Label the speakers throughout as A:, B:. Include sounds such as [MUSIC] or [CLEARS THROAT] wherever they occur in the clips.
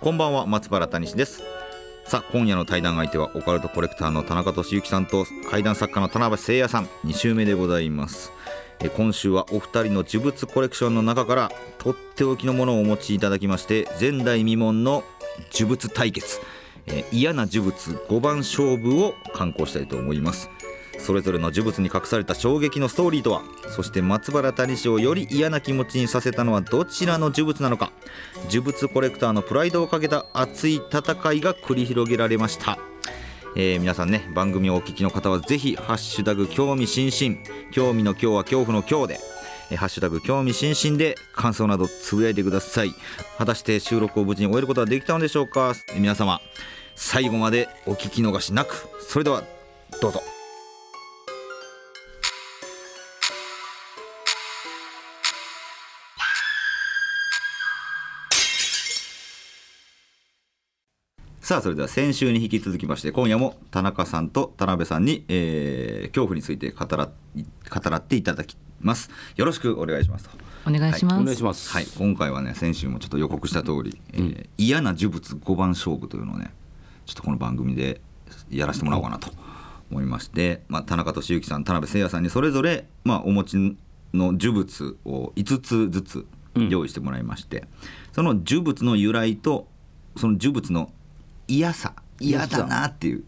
A: こんばんは松原谷志ですさあ今夜の対談相手はオカルトコレクターの田中俊之さんと怪談作家の田辺誠也さん2週目でございますえ今週はお二人の呪物コレクションの中からとっておきのものをお持ちいただきまして前代未聞の呪物対決え嫌な呪物5番勝負を刊行したいと思いますそれぞれの呪物に隠された衝撃のストーリーとはそして松原谷氏をより嫌な気持ちにさせたのはどちらの呪物なのか呪物コレクターのプライドをかけた熱い戦いが繰り広げられました、えー皆さんね番組をお聞きの方はぜひハッシュタグ興味津々」「興味の今日は恐怖の今日で」えーハッシュタグ興味津々で感想などつぶやいてください果たして収録を無事に終えることはできたのでしょうかえー皆様最後までお聞き逃しなくそれではどうぞさあそれでは先週に引き続きまして今夜も田中さんと田辺さんに、えー恐怖について語ら語らっていただきますよろしくお願いしますと
B: お願いします。
A: は
C: お願いします。
A: はい、今回はね先週もちょっと予告した通り、えー嫌な呪物5番勝負というのをねちょっとこの番組でやらせてもらおうかなと思いまして、まあ、田中俊之さん田辺誠也さんにそれぞれ、まあ、お持ちの呪物を5つずつ用意してもらいまして、その呪物の由来とその呪物の嫌さ嫌だなっていう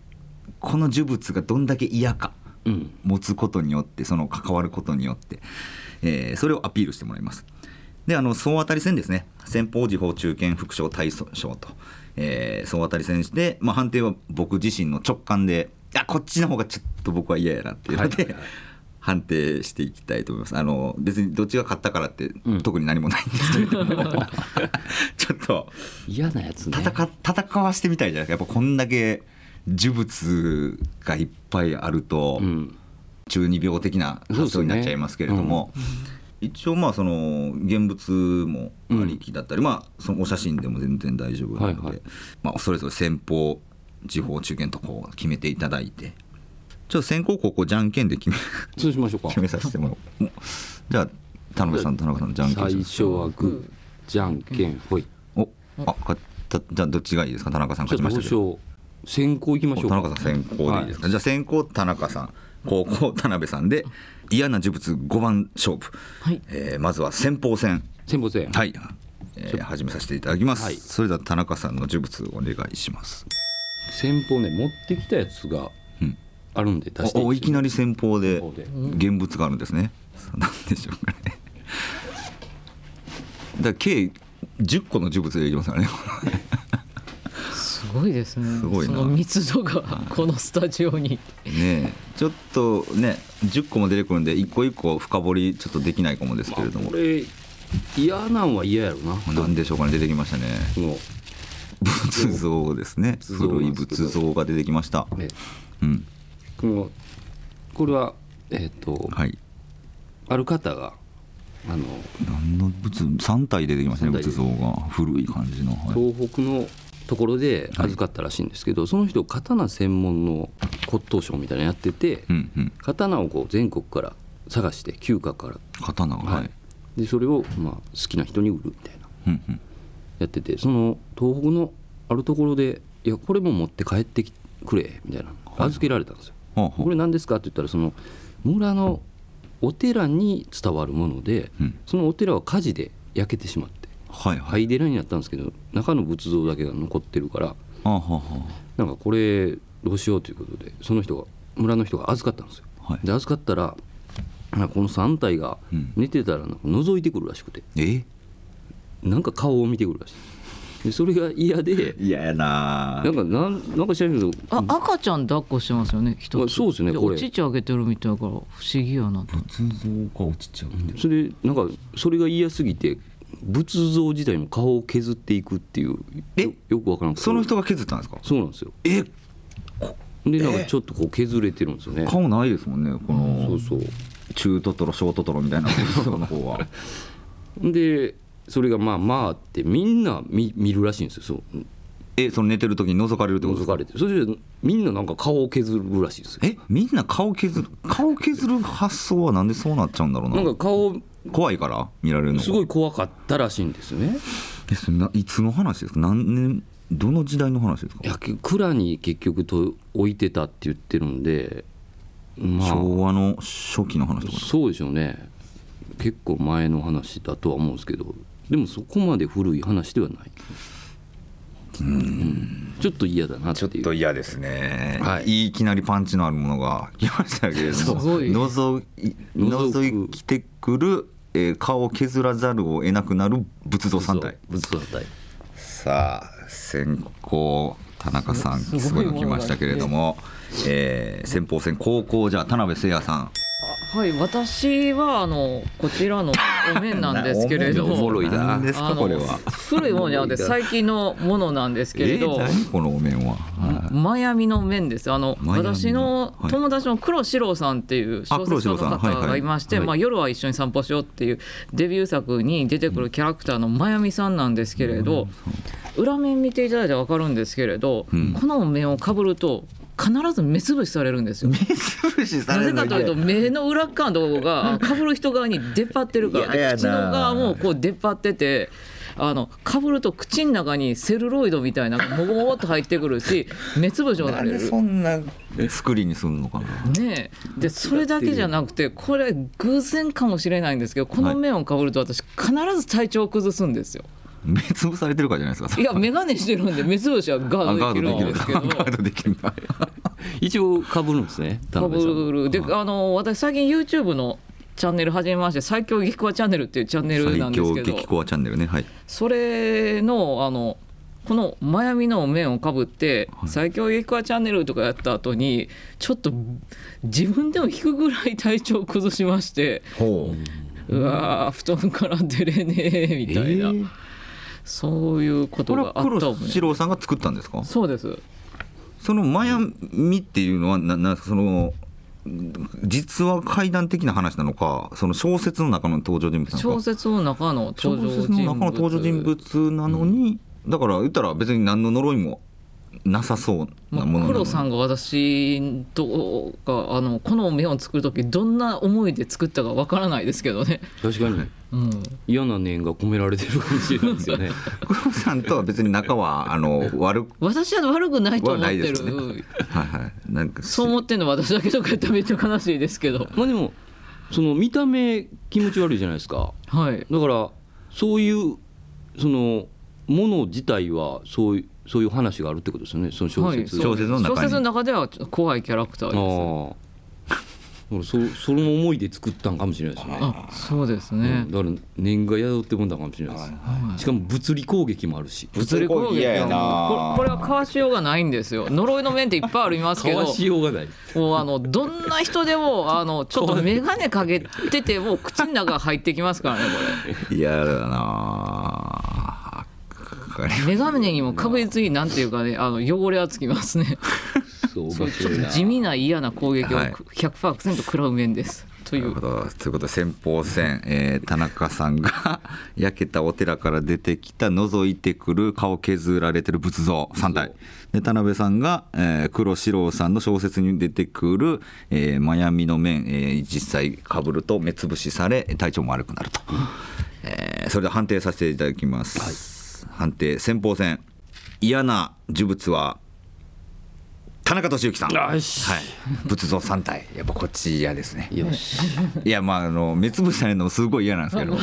A: この呪物がどんだけ嫌か。
C: うん。
A: 持つことによってその関わることによって、えーそれをアピールしてもらいますであの総当たり戦ですね先方時報中堅副将大将と、えー総当たり戦して、まあ、判定は僕自身の直感であこっちの方がちょっと僕は嫌やなっていうので、
C: はいはいはい
A: 判定していきたいと思いますあの別にどっちが勝ったからって、特に何もないんですけれども
C: [LAUGHS]
A: ちょっと
C: 嫌なやつね。
A: 戦戦わしてみたいじゃないですかやっぱこんだけ呪物がいっぱいあると、
C: うん。
A: 中二病的な発想になっちゃいますけれども、一応まあその現物もありきだったり、まあそのお写真でも全然大丈夫なので、
C: はいはい
A: まあ、それぞれ先方地方中堅とこう決めていただいてちょっと先行後攻じゃんけんで決め
C: そうしましょうか
A: 決。めさせてもらおうじゃあ田辺さん田中さんのじゃんけんし
C: 最
A: ます
C: 初はグー、じゃんけん、ほい。
A: おあ勝ったじゃあどっちがいいですか田中さん
C: じゃ
A: 勝ちま
C: あどう
A: した
C: し
A: けど
C: よう。先行行きましょう
A: 田
C: か。
A: 中さん先行でいいですか、じゃあ先行田中さん後攻田辺さんで嫌な呪物5番勝負
B: はい。
A: えーまずは先鋒戦
C: 先方戦。
A: はい、えー始めさせていただきます、
C: はい
A: それでは田中さんの呪物お願いします
C: 先方ね、持ってきたやつが
A: うん
C: あるんで出して
A: おおいきなり先鋒で
C: 先鋒で
A: 現物があるんですね何でしょうかねだから計10個の呪物でいきます
C: [LAUGHS]
A: からね
B: すごいですね。
A: すごいな
B: その密度がこのスタジオに。
A: ねえちょっとね10個も出てくるんで一個一個深掘りちょっとできないかもですけれども、
C: これ、嫌なんは嫌やろな。
A: 何でしょうかね出てきましたね
C: この、
A: 仏像ですね
C: 仏像
A: 古い仏像が出てきました
C: え
A: うん
C: この、これは、えっと、
A: はい
C: ある方が、あの、
A: 何の仏3体出てきましたね
C: 三体
A: 仏像が古い感じの、はい
C: 東北のところで預かったらしいんですけど、その人刀専門の骨董商みたいなのやってて、
A: うんうん、
C: 刀をこう全国から探して旧家から、
A: 刀がはい、
C: でそれをまあ好きな人に売るみたいな
A: うんうん、
C: やっててその東北のあるところで「いやこれも持って帰ってきくれ」みたいな預けられたんですよ。
A: ほうほ
C: こ
A: う
C: れ何ですかって言ったらその村のお寺に伝わるもので、
A: うん
C: そのお寺は火事で焼けてしまって
A: はいはい
C: 灰寺になったんですけど中の仏像だけが残ってるから
A: あはは
C: なんかこれどうしようということでその人が村の人が預かったんですよ。
A: はい
C: で預かったらなんかこの3体が
A: うん
C: 寝てたらなんか覗いてくるらしくて、
A: え
C: なんか顔を見てくるらしいでそれが嫌で
A: いややな
C: なんかなんなんか知らんけど
B: あ、赤ちゃん抱っこしてますよね。一つ。
C: まあそうですねこれ
B: お乳あげてるみたいだから不思議やなと。
A: 仏像が落ちちゃう
C: それなんかそれが嫌すぎて仏像自体の顔を削っていくっていう
A: え
C: よよくわからんこと
A: その人が削ったんですか
C: そうなんですよ
A: え
C: でなんかちょっとこう削れてるんですよね
A: 顔ないですもんねこ
C: そ
A: の
C: うそう
A: 中トトロ小トトロみたいな人の方 [LAUGHS] は
C: でそれがまあまあってみんな見見るらしいんですよそう
A: えその寝てる時に覗かれるってことで
C: 覗
A: すか
C: かれてそれでみんななんか顔を削るらしいですよ
A: えみんな顔削る顔削る発想はなんでそうなっちゃうんだろうな
C: なんか顔
A: 怖いから見られるのが
C: すごい怖かったらしいんですよね
A: えそれないつの話ですか何年どの時代の話ですか
C: いやけ蔵に結局と置いてたって言ってるんでまあ
A: 昭和の初期の話とか
C: そうでしょうね結構前の話だとは思うんですけどでもそこまで古い話ではないうんちょっと嫌だなっていう
A: 嫌ですね、
C: はい
A: いきなりパンチのあるものが [LAUGHS] 来ましたけれども
B: すごい
A: 覗い覗きてくる、えー顔を削らざるを得なくなる仏像三体
C: 仏像三体
A: さあ先行田中さん
B: す
A: す
B: す
A: ご
B: ご
A: い
B: い
A: の来ましたけれども、えー先鋒戦高校じゃあ田辺誠也さん
B: はい私はあのこちらのお面なんですけれ
A: [LAUGHS]
B: ど
A: なおもろいな何ですか
B: あの
A: これは
B: 古いものじゃなくて最近のものなんですけれど、
A: えー何このお面は、 [LAUGHS] はい
B: マヤミの面ですあの
A: マヤミの
B: 私の
A: はい
B: 友達の黒四郎さんっていう小説家の
A: あ黒四郎さんはい
B: 方
A: はい
B: がいまして、
C: はい
B: まあ、夜は一緒に散歩しようっていうデビュー作に出てくるキャラクターのマヤミさんなんですけれど、裏面見ていただいたら分かるんですけれど、
A: うん
B: このお面をかぶると必ず目つぶしされるんですよ。
A: 目つぶしさ
B: な
A: れ
B: ぜ
A: るの
B: かというと目の裏っ側のとこがかぶる人側に出っ張ってるか
A: いや
B: ら
A: や
B: で口の
A: な
B: 側もこう出っ張ってて。あのかぶると口の中にセルロイドみたいなのがもごもごっと入ってくるし目つぶしも
A: な
B: さ
A: ん
B: れ
A: で
B: る
A: そんな作りにするのかな
B: ねえでそれだけじゃなくてこれ偶然かもしれないんですけどこ
A: は
B: の
A: い
B: 面をかぶると私必ず体調を崩すんですよ。
A: 目つぶされてるからじゃないですか
B: いや眼鏡してるんで目つぶしはガ
A: あ
B: ード
A: ガ
B: で
A: ー
B: きる
A: ドで
B: んで
A: き
B: す
A: る
B: け
A: な
B: ど。
A: [LAUGHS] ガードできるな
C: 一応かぶるんですね田
B: か
C: 辺さん
B: ぶるであの私最近 YouTube のチャンネル始めまして「最強激コアチャンネル」っていうチャンネル
A: 最
B: なんで
A: 強
B: すけど
A: 激コアチャンネルねはい
B: それのあのこのマヤミの面をかぶって「最強激コアチャンネル」とかやった後にちょっと自分でも引くぐらい体調を崩しまして。
A: ほ
B: うわー布団から出れねえみたいな、
C: えー
B: そういうこと
A: これ
B: が
A: は
B: あったも
A: 黒
B: ん
A: 四郎さんが作ったんですか
B: そうです
A: そのマヤミっていうのはななその実は怪談的な話なのかその小説の中の登場人物なの
B: 小
A: か
B: 説の中の登場
A: 小
B: 人
A: 説
B: 物
A: の中の登場人物なのに、だから言ったら別に何の呪いもなさそうなものなの
B: まあ、
A: に
B: 黒さんが私とかあのこの目を作る時どんな思いで作ったかわからないですけどね、
C: 確かに
B: うん、
C: 嫌な念が込められてるかもしれないですよね
A: 黒さんとは別に仲はあ [LAUGHS] の悪く
B: 私は悪くないと思って
A: はないで
B: る、
A: すね
B: うん
A: はいはいなんか
B: そう思ってんの私だけとか言ったらめっちゃ悲しいですけど
C: まあでもその見た目気持ち悪いじゃないですか
B: はい
C: だからそういうそのもの自体はそういうそういう話があるってことですよねその小説、
B: はい、そうで
A: 小
B: す
A: 説の中に
B: 小説の中ではちょっと怖いキャラクターで
C: ああだからそその思いで作ったんかもしれないですよ
B: す
C: ね
B: あそうです
C: う
B: ね
C: ん、だから念が宿ってもんだかもしれないです、
B: はい
C: しかも物理攻撃もあるし
B: 物理攻撃
A: 嫌や
B: は
A: な
B: もうここれはかわしようがないんですよ呪いの面っていっぱいあります
C: か
B: け
C: わ
B: ど
C: しようがない
B: もうあのどんな人でもあのちょっと眼鏡かけてても口の中入ってきますからねこ
A: 嫌だなぁ [LAUGHS]
B: れ眼鏡にも確実になんていうかねあの汚れはつきますね
C: そう
B: そういうちょ
C: 面白い
B: っと
C: な
B: 地味な嫌な攻撃を
A: はい
B: 100%食らう面ですとい
A: なるほ
B: う
A: どということで先鋒戦、えー田中さんが [LAUGHS] 焼けたお寺から出てきた覗いてくる顔削られてる仏像3体で田辺さんが、えー黒四郎さんの小説に出てくる、えー、マヤミの面、えー実際かぶると目つぶしされ体調も悪くなると、えーそれで判定させていただきます、判定先鋒戦嫌な呪物は田中俊之さん、は
C: よ
A: い、
C: し、
A: 仏像3体やっぱこっち嫌ですね
C: よし
A: [LAUGHS] いやまああの目つぶされるのもすごい嫌なんですけど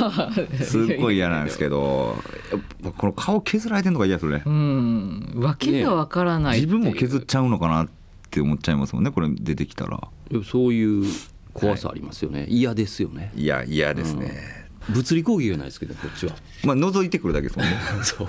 A: すっごい嫌なんですけどやっぱこの顔削られてんのが嫌ですね
B: うん訳がわからない
A: 自分も
B: っていう
A: 削っちゃうのかなって思っちゃいますもんねこれ出てきたら
C: でもそういう怖さありますよね嫌ですよね
A: いや嫌ですね、
C: 物理攻撃じゃないですけどこっちは
A: まあ覗いてくるだけですもんね
C: [LAUGHS] そう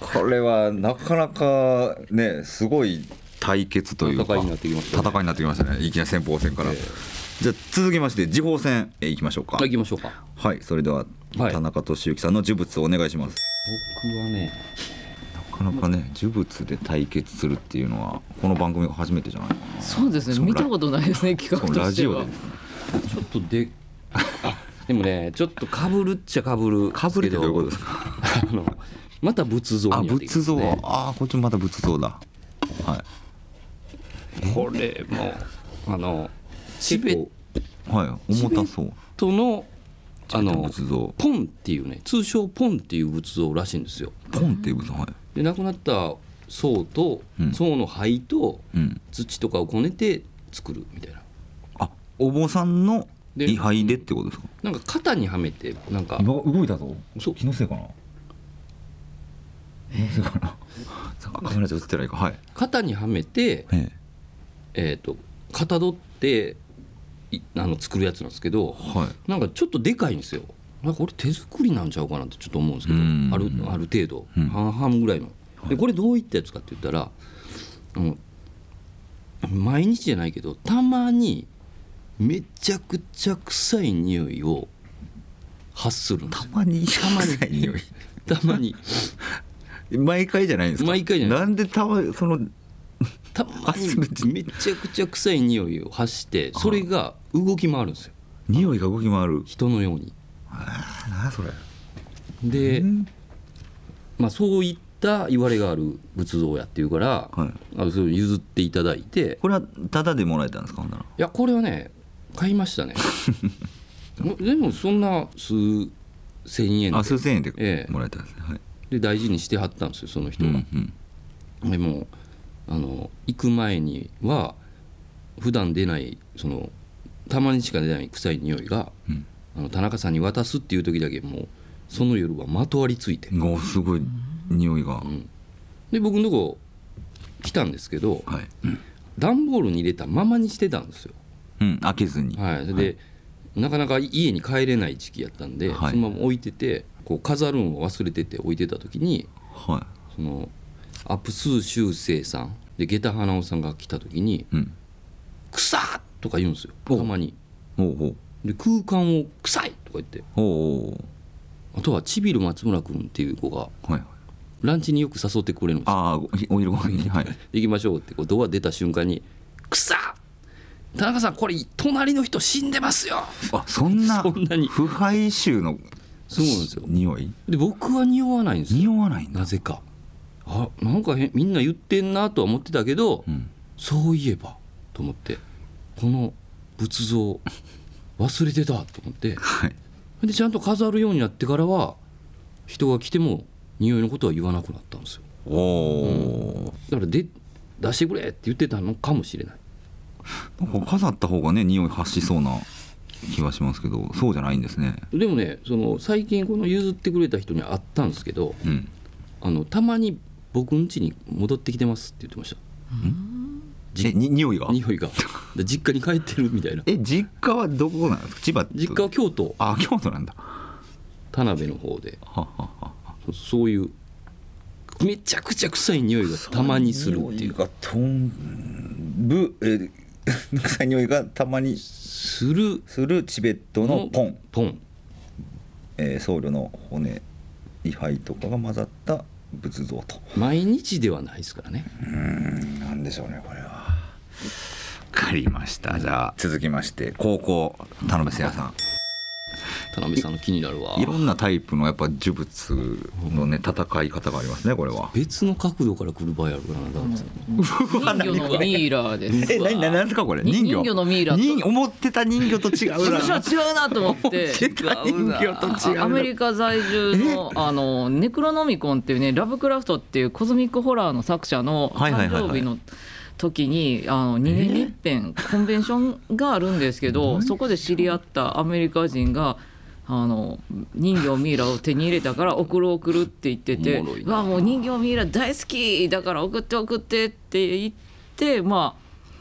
A: これはなかなかねすごい対決というか
C: 戦いになってきましたね
A: 戦いになってきましたねいきなり先鋒戦から、じゃあ続きまして次鋒戦いきましょうか
C: 行きましょうか
A: はい、それでは
C: はい
A: 田中俊之さんの呪物をお願いします
C: 僕はね
A: なかなかね呪物で対決するっていうのはこの番組が初めてじゃないかな
B: そうですね
A: その
B: 見
A: ラ
B: たことないですね企画
A: しかも
B: としては
A: ラジオで
C: ちょっとであでもねちょっとかぶるっちゃかぶる
A: かぶりってどういうことですか
C: あのまた仏像
A: あ
C: になってき
A: 仏
C: ます
A: 像、
C: ね
A: ああこっちまた仏像だは
C: これもあのチベッ
A: いはい重たそう
C: トのあの
A: 仏像
C: ポンっていうね通称ポンっていう仏像らしいんですよ
A: ポンっていう仏像はい
C: で亡くなった僧と
A: うん
C: 僧の灰と
A: うん
C: 土とかをこねて作るみたいな
A: あお坊さんの
C: で
A: 位牌でってことですか
C: なんか肩にはめてなんか
A: 動いたぞ
C: そう
A: のせいかな気のせいか [LAUGHS] なカメラで映ってないかはい
C: 肩にはめて
A: ええ
C: えっ、とかたどっていあの作るやつなんですけど
A: はい
C: なんかちょっとでかいんですよなんか俺手作りなんちゃうかなってちょっと思うんですけど
A: うん
C: あるある程度、
A: うん
C: 半々ぐらいのでこれどういったやつかって言ったら、うん、毎日じゃないけどたまにめちゃくちゃ臭い匂いを発するんですよ
A: まに
C: たまに
A: 臭い匂い
C: たまに
A: [LAUGHS] 毎回じゃないんですか
C: 毎回じゃない
A: んでたまその
C: たまにめちゃくちゃ臭い匂いを発してそれが動き回るんですよ
A: 匂いが動き回る
C: 人のように
A: あなあそれ
C: で
A: うん
C: まあ、そういった言われがある仏像やっていうから、
A: はい
C: あのそれを譲っていただいて
A: これはタダでもらえたんですかほんなら
C: いやこれはね買い
A: [LAUGHS]
C: ましたねもでもそんな数千円
A: あ数千円
C: え
A: で
C: え
A: もらえたんですね、はい
C: で大事にしてはったんですよその人
A: う
C: が、
A: んうん
C: でもあの行く前には普段出ないそのたまにしか出ない臭い匂いが
A: うん
C: あの田中さんに渡すっていう時だけもうその夜はまとわりついて、
A: おすごい匂いが、
C: んで僕のとこ来たんですけど
A: はい、
C: 段ボールに入れたままにしてたんですよ
A: うん、開けずに、
C: はい、それで、なかなか家に帰れない時期やったんで、
A: はい
C: そのまま置いててこう飾るんを忘れてて置いてた時に
A: は
C: そのアプスー修正さんで下駄花尾さんが来た時に
A: い、うん、
C: 「臭っ!」とか言うんですよた
A: お
C: まに。
A: ほうほう
C: で空間を「臭い!」とか言って
A: ほうほ
C: あとはちびる松村君っていう子が
A: うはい
C: ランチによく誘ってくれるんですよ
A: ああごお昼ご飯に
C: [LAUGHS]
A: はい
C: 行きましょうってこうドア出た瞬間に「臭っ田中さんこれ隣の人死んでますよ!
A: あそんな
C: そんなに
A: 腐敗臭の」
C: そうなんですよ
A: 匂い
C: で僕は匂わないんですよ
A: 匂わないんだ
C: なぜかあなんかへんみんな言ってんなとは思ってたけど、
A: うん
C: そういえばと思ってこの仏像忘れてたと思って
A: はい
C: でちゃんと飾るようになってからは人が来ても匂いのことは言わなくなったんですよ
A: おお、
C: だからで出してくれって言ってたのかもしれない
A: なんか飾った方がね匂い発しそうな気はしますけどそうじゃないんですね
C: でもねその最近この譲ってくれた人に会ったんですけど
A: うん
C: あのたまに僕ん家に戻ってきてますって言ってまし
A: えに匂いが
C: た匂いがで実家に帰ってるみたいな
A: え実家はどこなんですか千葉って
C: 実家は京都
A: あ京都なんだ
C: 田辺の方で
A: ははは
C: そそういうめちゃくちゃ臭い匂いがたまにするっていう
A: かとんぶえー臭い匂いがたまに
C: する
A: するチベットのポン、
C: ポン
A: えー僧侶の骨位牌とかが混ざった仏像と
C: 毎日ではないですからね
A: なんでしょうねこれは分かりましたじゃあ続きまして高校田辺聖也さん
C: 田辺さんの気になるわ
A: いろんなタイプのやっぱ呪物のね戦い方がありますねこれは
C: 別の角度から来る場合あるからな田辺さ
A: [LAUGHS]
C: ん
B: 人魚のミイラーです
A: え何何なんですかこれ
B: に
A: 人魚
B: 人魚のミイラと
A: 人思ってた人魚と違うな
B: 私は違うなと思
A: [LAUGHS]
B: って
A: 思ってた人魚と違うな
B: アメリカ在住のあのネクロノミコンっていうねラブクラフトっていうコズミックホラーの作者の
A: はいはい
B: 誕
A: はいはい
B: 生日の時にあの2年に一遍コンベンションがあるんですけどそこで知り合ったアメリカ人があの人形ミイラを手に入れたから送る送るって言ってて
C: おもろい
B: 「
C: な
B: わあもう人形ミイラ大好きだから送って送って」って言ってま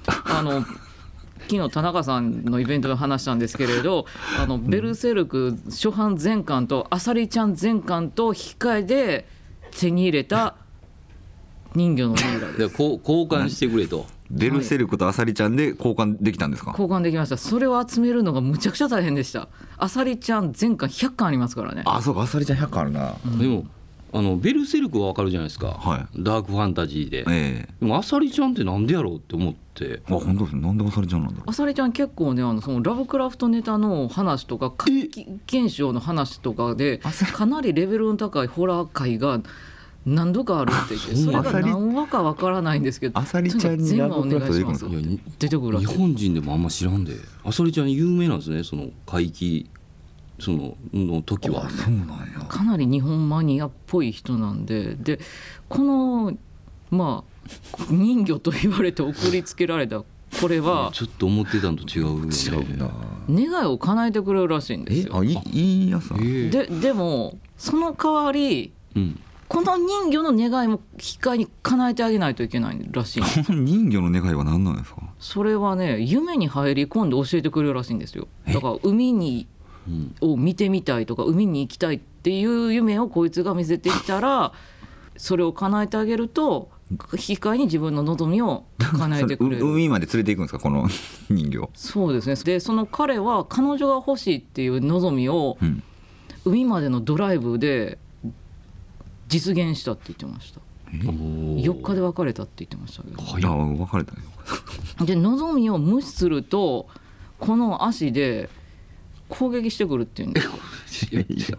B: ああの。昨日田中さんのイベントで話したんですけれど「あのベルセルク」初版全巻と「あさりちゃん」全巻と引き換えで手に入れた人魚のミイラです。
C: でこう交換してくれと
A: ベルセルクとアサリちゃんで交換できたんですか、
B: 交換できましたそれを集めるのがむちゃくちゃ大変でしたあさりちゃん全巻100巻ありますからね
A: あそうかアサリちゃん100個あるな、
C: でもあのベルセルクはわかるじゃないですか、
A: は
C: ダークファンタジーで、
A: ええ
C: でもアサリちゃんってなんでやろうって思って
A: あ本当ですねなんでアサリちゃんなんだろ
B: あさりちゃん結構ねあのそのラブクラフトネタの話とか怪奇現象の話とかでかなりレベルの高いホラー界が何度かあるって
A: [LAUGHS]
B: 言って
C: そ
B: そう
C: な
B: れ
C: んだ
B: が何話かわからないんですけど
A: アサリちゃんにラブクラフト出てくるんです
B: と
A: か
B: にかく全話お願いし
C: いや
B: ます出てくるら
C: 日
B: しい
C: 本人でもあんま知らんでアサリちゃん有名なんですねその怪奇そのの時
A: う
C: は
A: あそうなんや
B: かなり日本マニアっぽい人なんででこのまあ人魚と言われて送りつけられたこれは
C: ちょっと思ってたんと違うよね
A: 違うな
B: 願いを叶えてくれるらしいんですよ。
A: あいいいやさ
C: ええ
B: ででもその代わり
C: うん、
B: この人魚の願いも引き換えに叶えてあげないといけないらしいんです
A: この人魚の願いは何なんですか
B: それはね夢に入り込んで教えてくれるらしいんですよだから海に
C: うん、
B: を見てみたいとか海に行きたいっていう夢をこいつが見せてきたらそれを叶えてあげると引き換えに自分の望みを叶えて
A: そ
B: くれ
A: れう
B: る。
A: 海まで連れていくんですかこの [LAUGHS] 人形
B: そうですねでその彼は彼女が欲しいっていう望みを
A: うん
B: 海までのドライブで実現したって言ってました4日で別れたって言ってましたけど
A: あ別れたね
B: で望みを無視するとこの足で攻撃してくるっていうんですよ
C: いや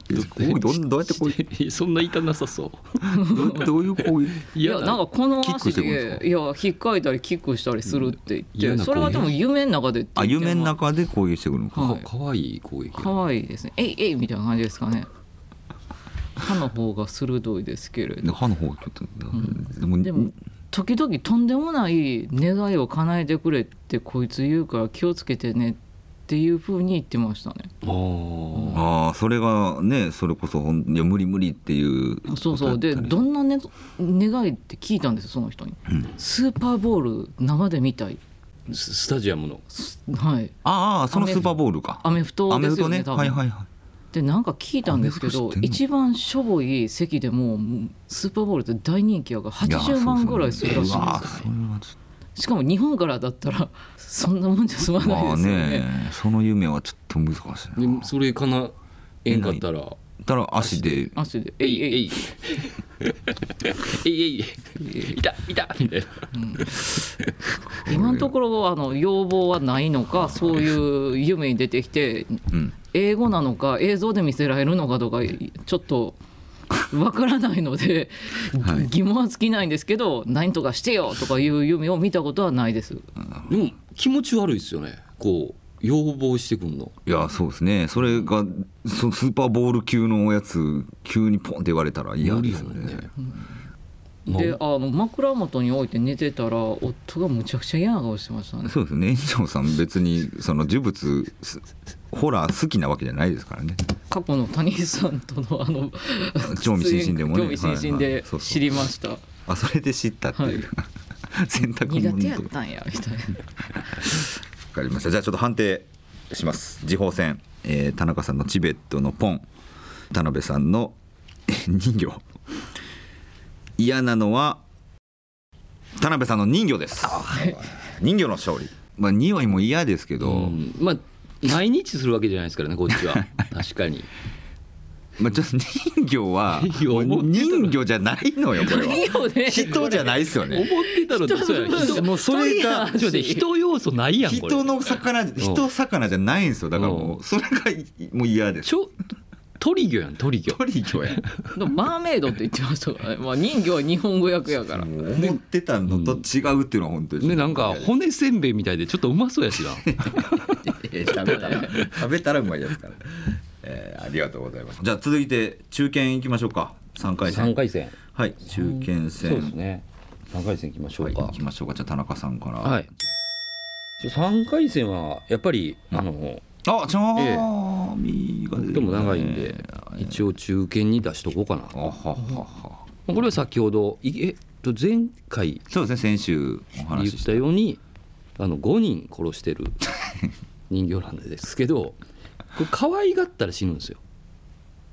A: どうどんどうやってこう
C: う [LAUGHS] そんな痛なさそ
A: どうどういう攻撃
C: う
B: い
C: い
B: やなんかこの
A: キック
B: 足
A: してくるんです
B: で
A: か
B: いや引っかいたりキックしたりするって言
C: 嫌
B: っ
C: な
B: てそれはでも
C: 攻
B: 夢の中でって
A: あ
B: 言って
A: 夢の中で攻撃してくるのか
B: は
C: か
B: い
C: かわいい攻撃
B: 可愛いですねえいえいみたいな感じですかね歯の方が鋭いですけれ
A: で
B: ど
A: 歯の方がちょっとでも
B: でも時々とんでもない願いを叶えてくれってこいつ言うから気をつけてねっていうふうに言ってましたね
C: あー
A: ああそれがねそれこそほんいや無理無理っていう
B: そうそうでどんな、ね、願いって聞いたんですよその人に、
A: うん
B: スーパーボール生で見たい
C: ススタジアムの
B: すはい
A: ああそのスーパーボールか
B: アメフト
A: アメ
B: で
A: フ
B: すよ
A: ト
B: ね
A: ね
B: 多分、
A: はいはいはい
B: でなんか聞いたんですけ
A: アメ
B: ど
A: フト知ってんの
B: 一番しょぼい席でももうスーパーボールって大人気やから
A: いや
B: 80万ぐらいするらしいんです
A: そうそ
B: よ、
A: う
B: ね
A: うわーそれはち
B: しかも日本からだったらそんなもんじゃ済ま
A: ょっと
B: ない
A: まあ
B: ですよね
A: ねその夢はちょっと難しい
C: で
A: な
C: それかなえんかったら
A: たら足で
B: 足で
C: え
B: え
C: い
B: い
C: え
B: え
C: い
B: い
C: [LAUGHS] えいえいいたいたみたいな
B: 今のところあの要望はないのかそういう夢に出てきて
A: うん
B: 英語なのか映像で見せられるのかとかちょっとわからないので、
A: はい
B: 疑問は尽きないんですけど何とかしてよとかいう夢を見たことはないです
C: でも気持ち悪いですよねこう要望してくんの
A: いやそうですねそれがそスーパーボール級のおやつ急にポンって言われたら嫌
C: 無理
A: で
C: や
A: す
C: も
A: よ
C: んね
A: ね、
C: まあ
B: であの枕元に置いて寝てたら夫がむちゃくちゃ嫌な顔してましたね
A: そうですね園長さん別にその呪物すホラー好きなわけじゃないですからね
B: 過去の谷井さんとのあの
A: [LAUGHS] 興味津々でもね
B: 興味津々
A: はいはい
B: で
A: そうそう
B: 知りました、
A: あそれで知ったっていう、 [LAUGHS] 選択
B: 苦手
A: 問
B: やっ
A: と
B: たんやみたい
A: わ
B: な
A: かりました。じゃあちょっと判定します。時報戦、えー田中さんのチベットのポン、田辺さんの [LAUGHS] えー人形。嫌なのは田辺さんの人形です。人形の勝利。まあ匂いも嫌ですけど、
C: うんまあ毎日するわけじゃないですからねこっ [LAUGHS] ちは確かに
A: まあちょっと人形は
C: いや
A: もう
C: 思ってた
A: 人形じゃないのよこれは。
B: よね
A: [LAUGHS] 人じゃないですよ
C: 思っ
A: ね。
C: てたのと [LAUGHS] そうや人ちょっ
A: もうそれが
C: と待って人要素ないやんこれ
A: 人の魚人魚じゃないんですよ。だからもうそれがもう嫌です。
C: ちょ鳥魚やん鳥魚
A: 鳥魚や。
B: でもマーメイドって言ってましたからね、まあ、人魚は日本語訳やから
A: もう思ってたのと違うっていうのは本当に、
C: ねなんか骨せんべいみたいでちょっとうまそうや [LAUGHS] しな
A: いや食べたら食べたらうまいやつから、えーありがとうございますじゃあ続いて中堅いきましょうか3回戦
C: 三回戦
A: はい中堅戦
C: そうですね3回戦いきましょ
A: は
C: う
A: い
C: か、
A: 行きましょうかじゃあ田中さんから
C: はい。三回戦はやっぱりあの
A: あちょーみーが出て
C: で
A: くるね
C: も長いんで一応中堅に出しとこうかな。
A: あは
C: こ
A: はは
C: れは先ほどいえっと前回
A: そうですね先週お
C: 言
A: 話し
C: っ
A: した
C: ようにあの五人殺して
A: [LAUGHS]
C: る人形なんですけど、これ可愛がったら死ぬんですよ。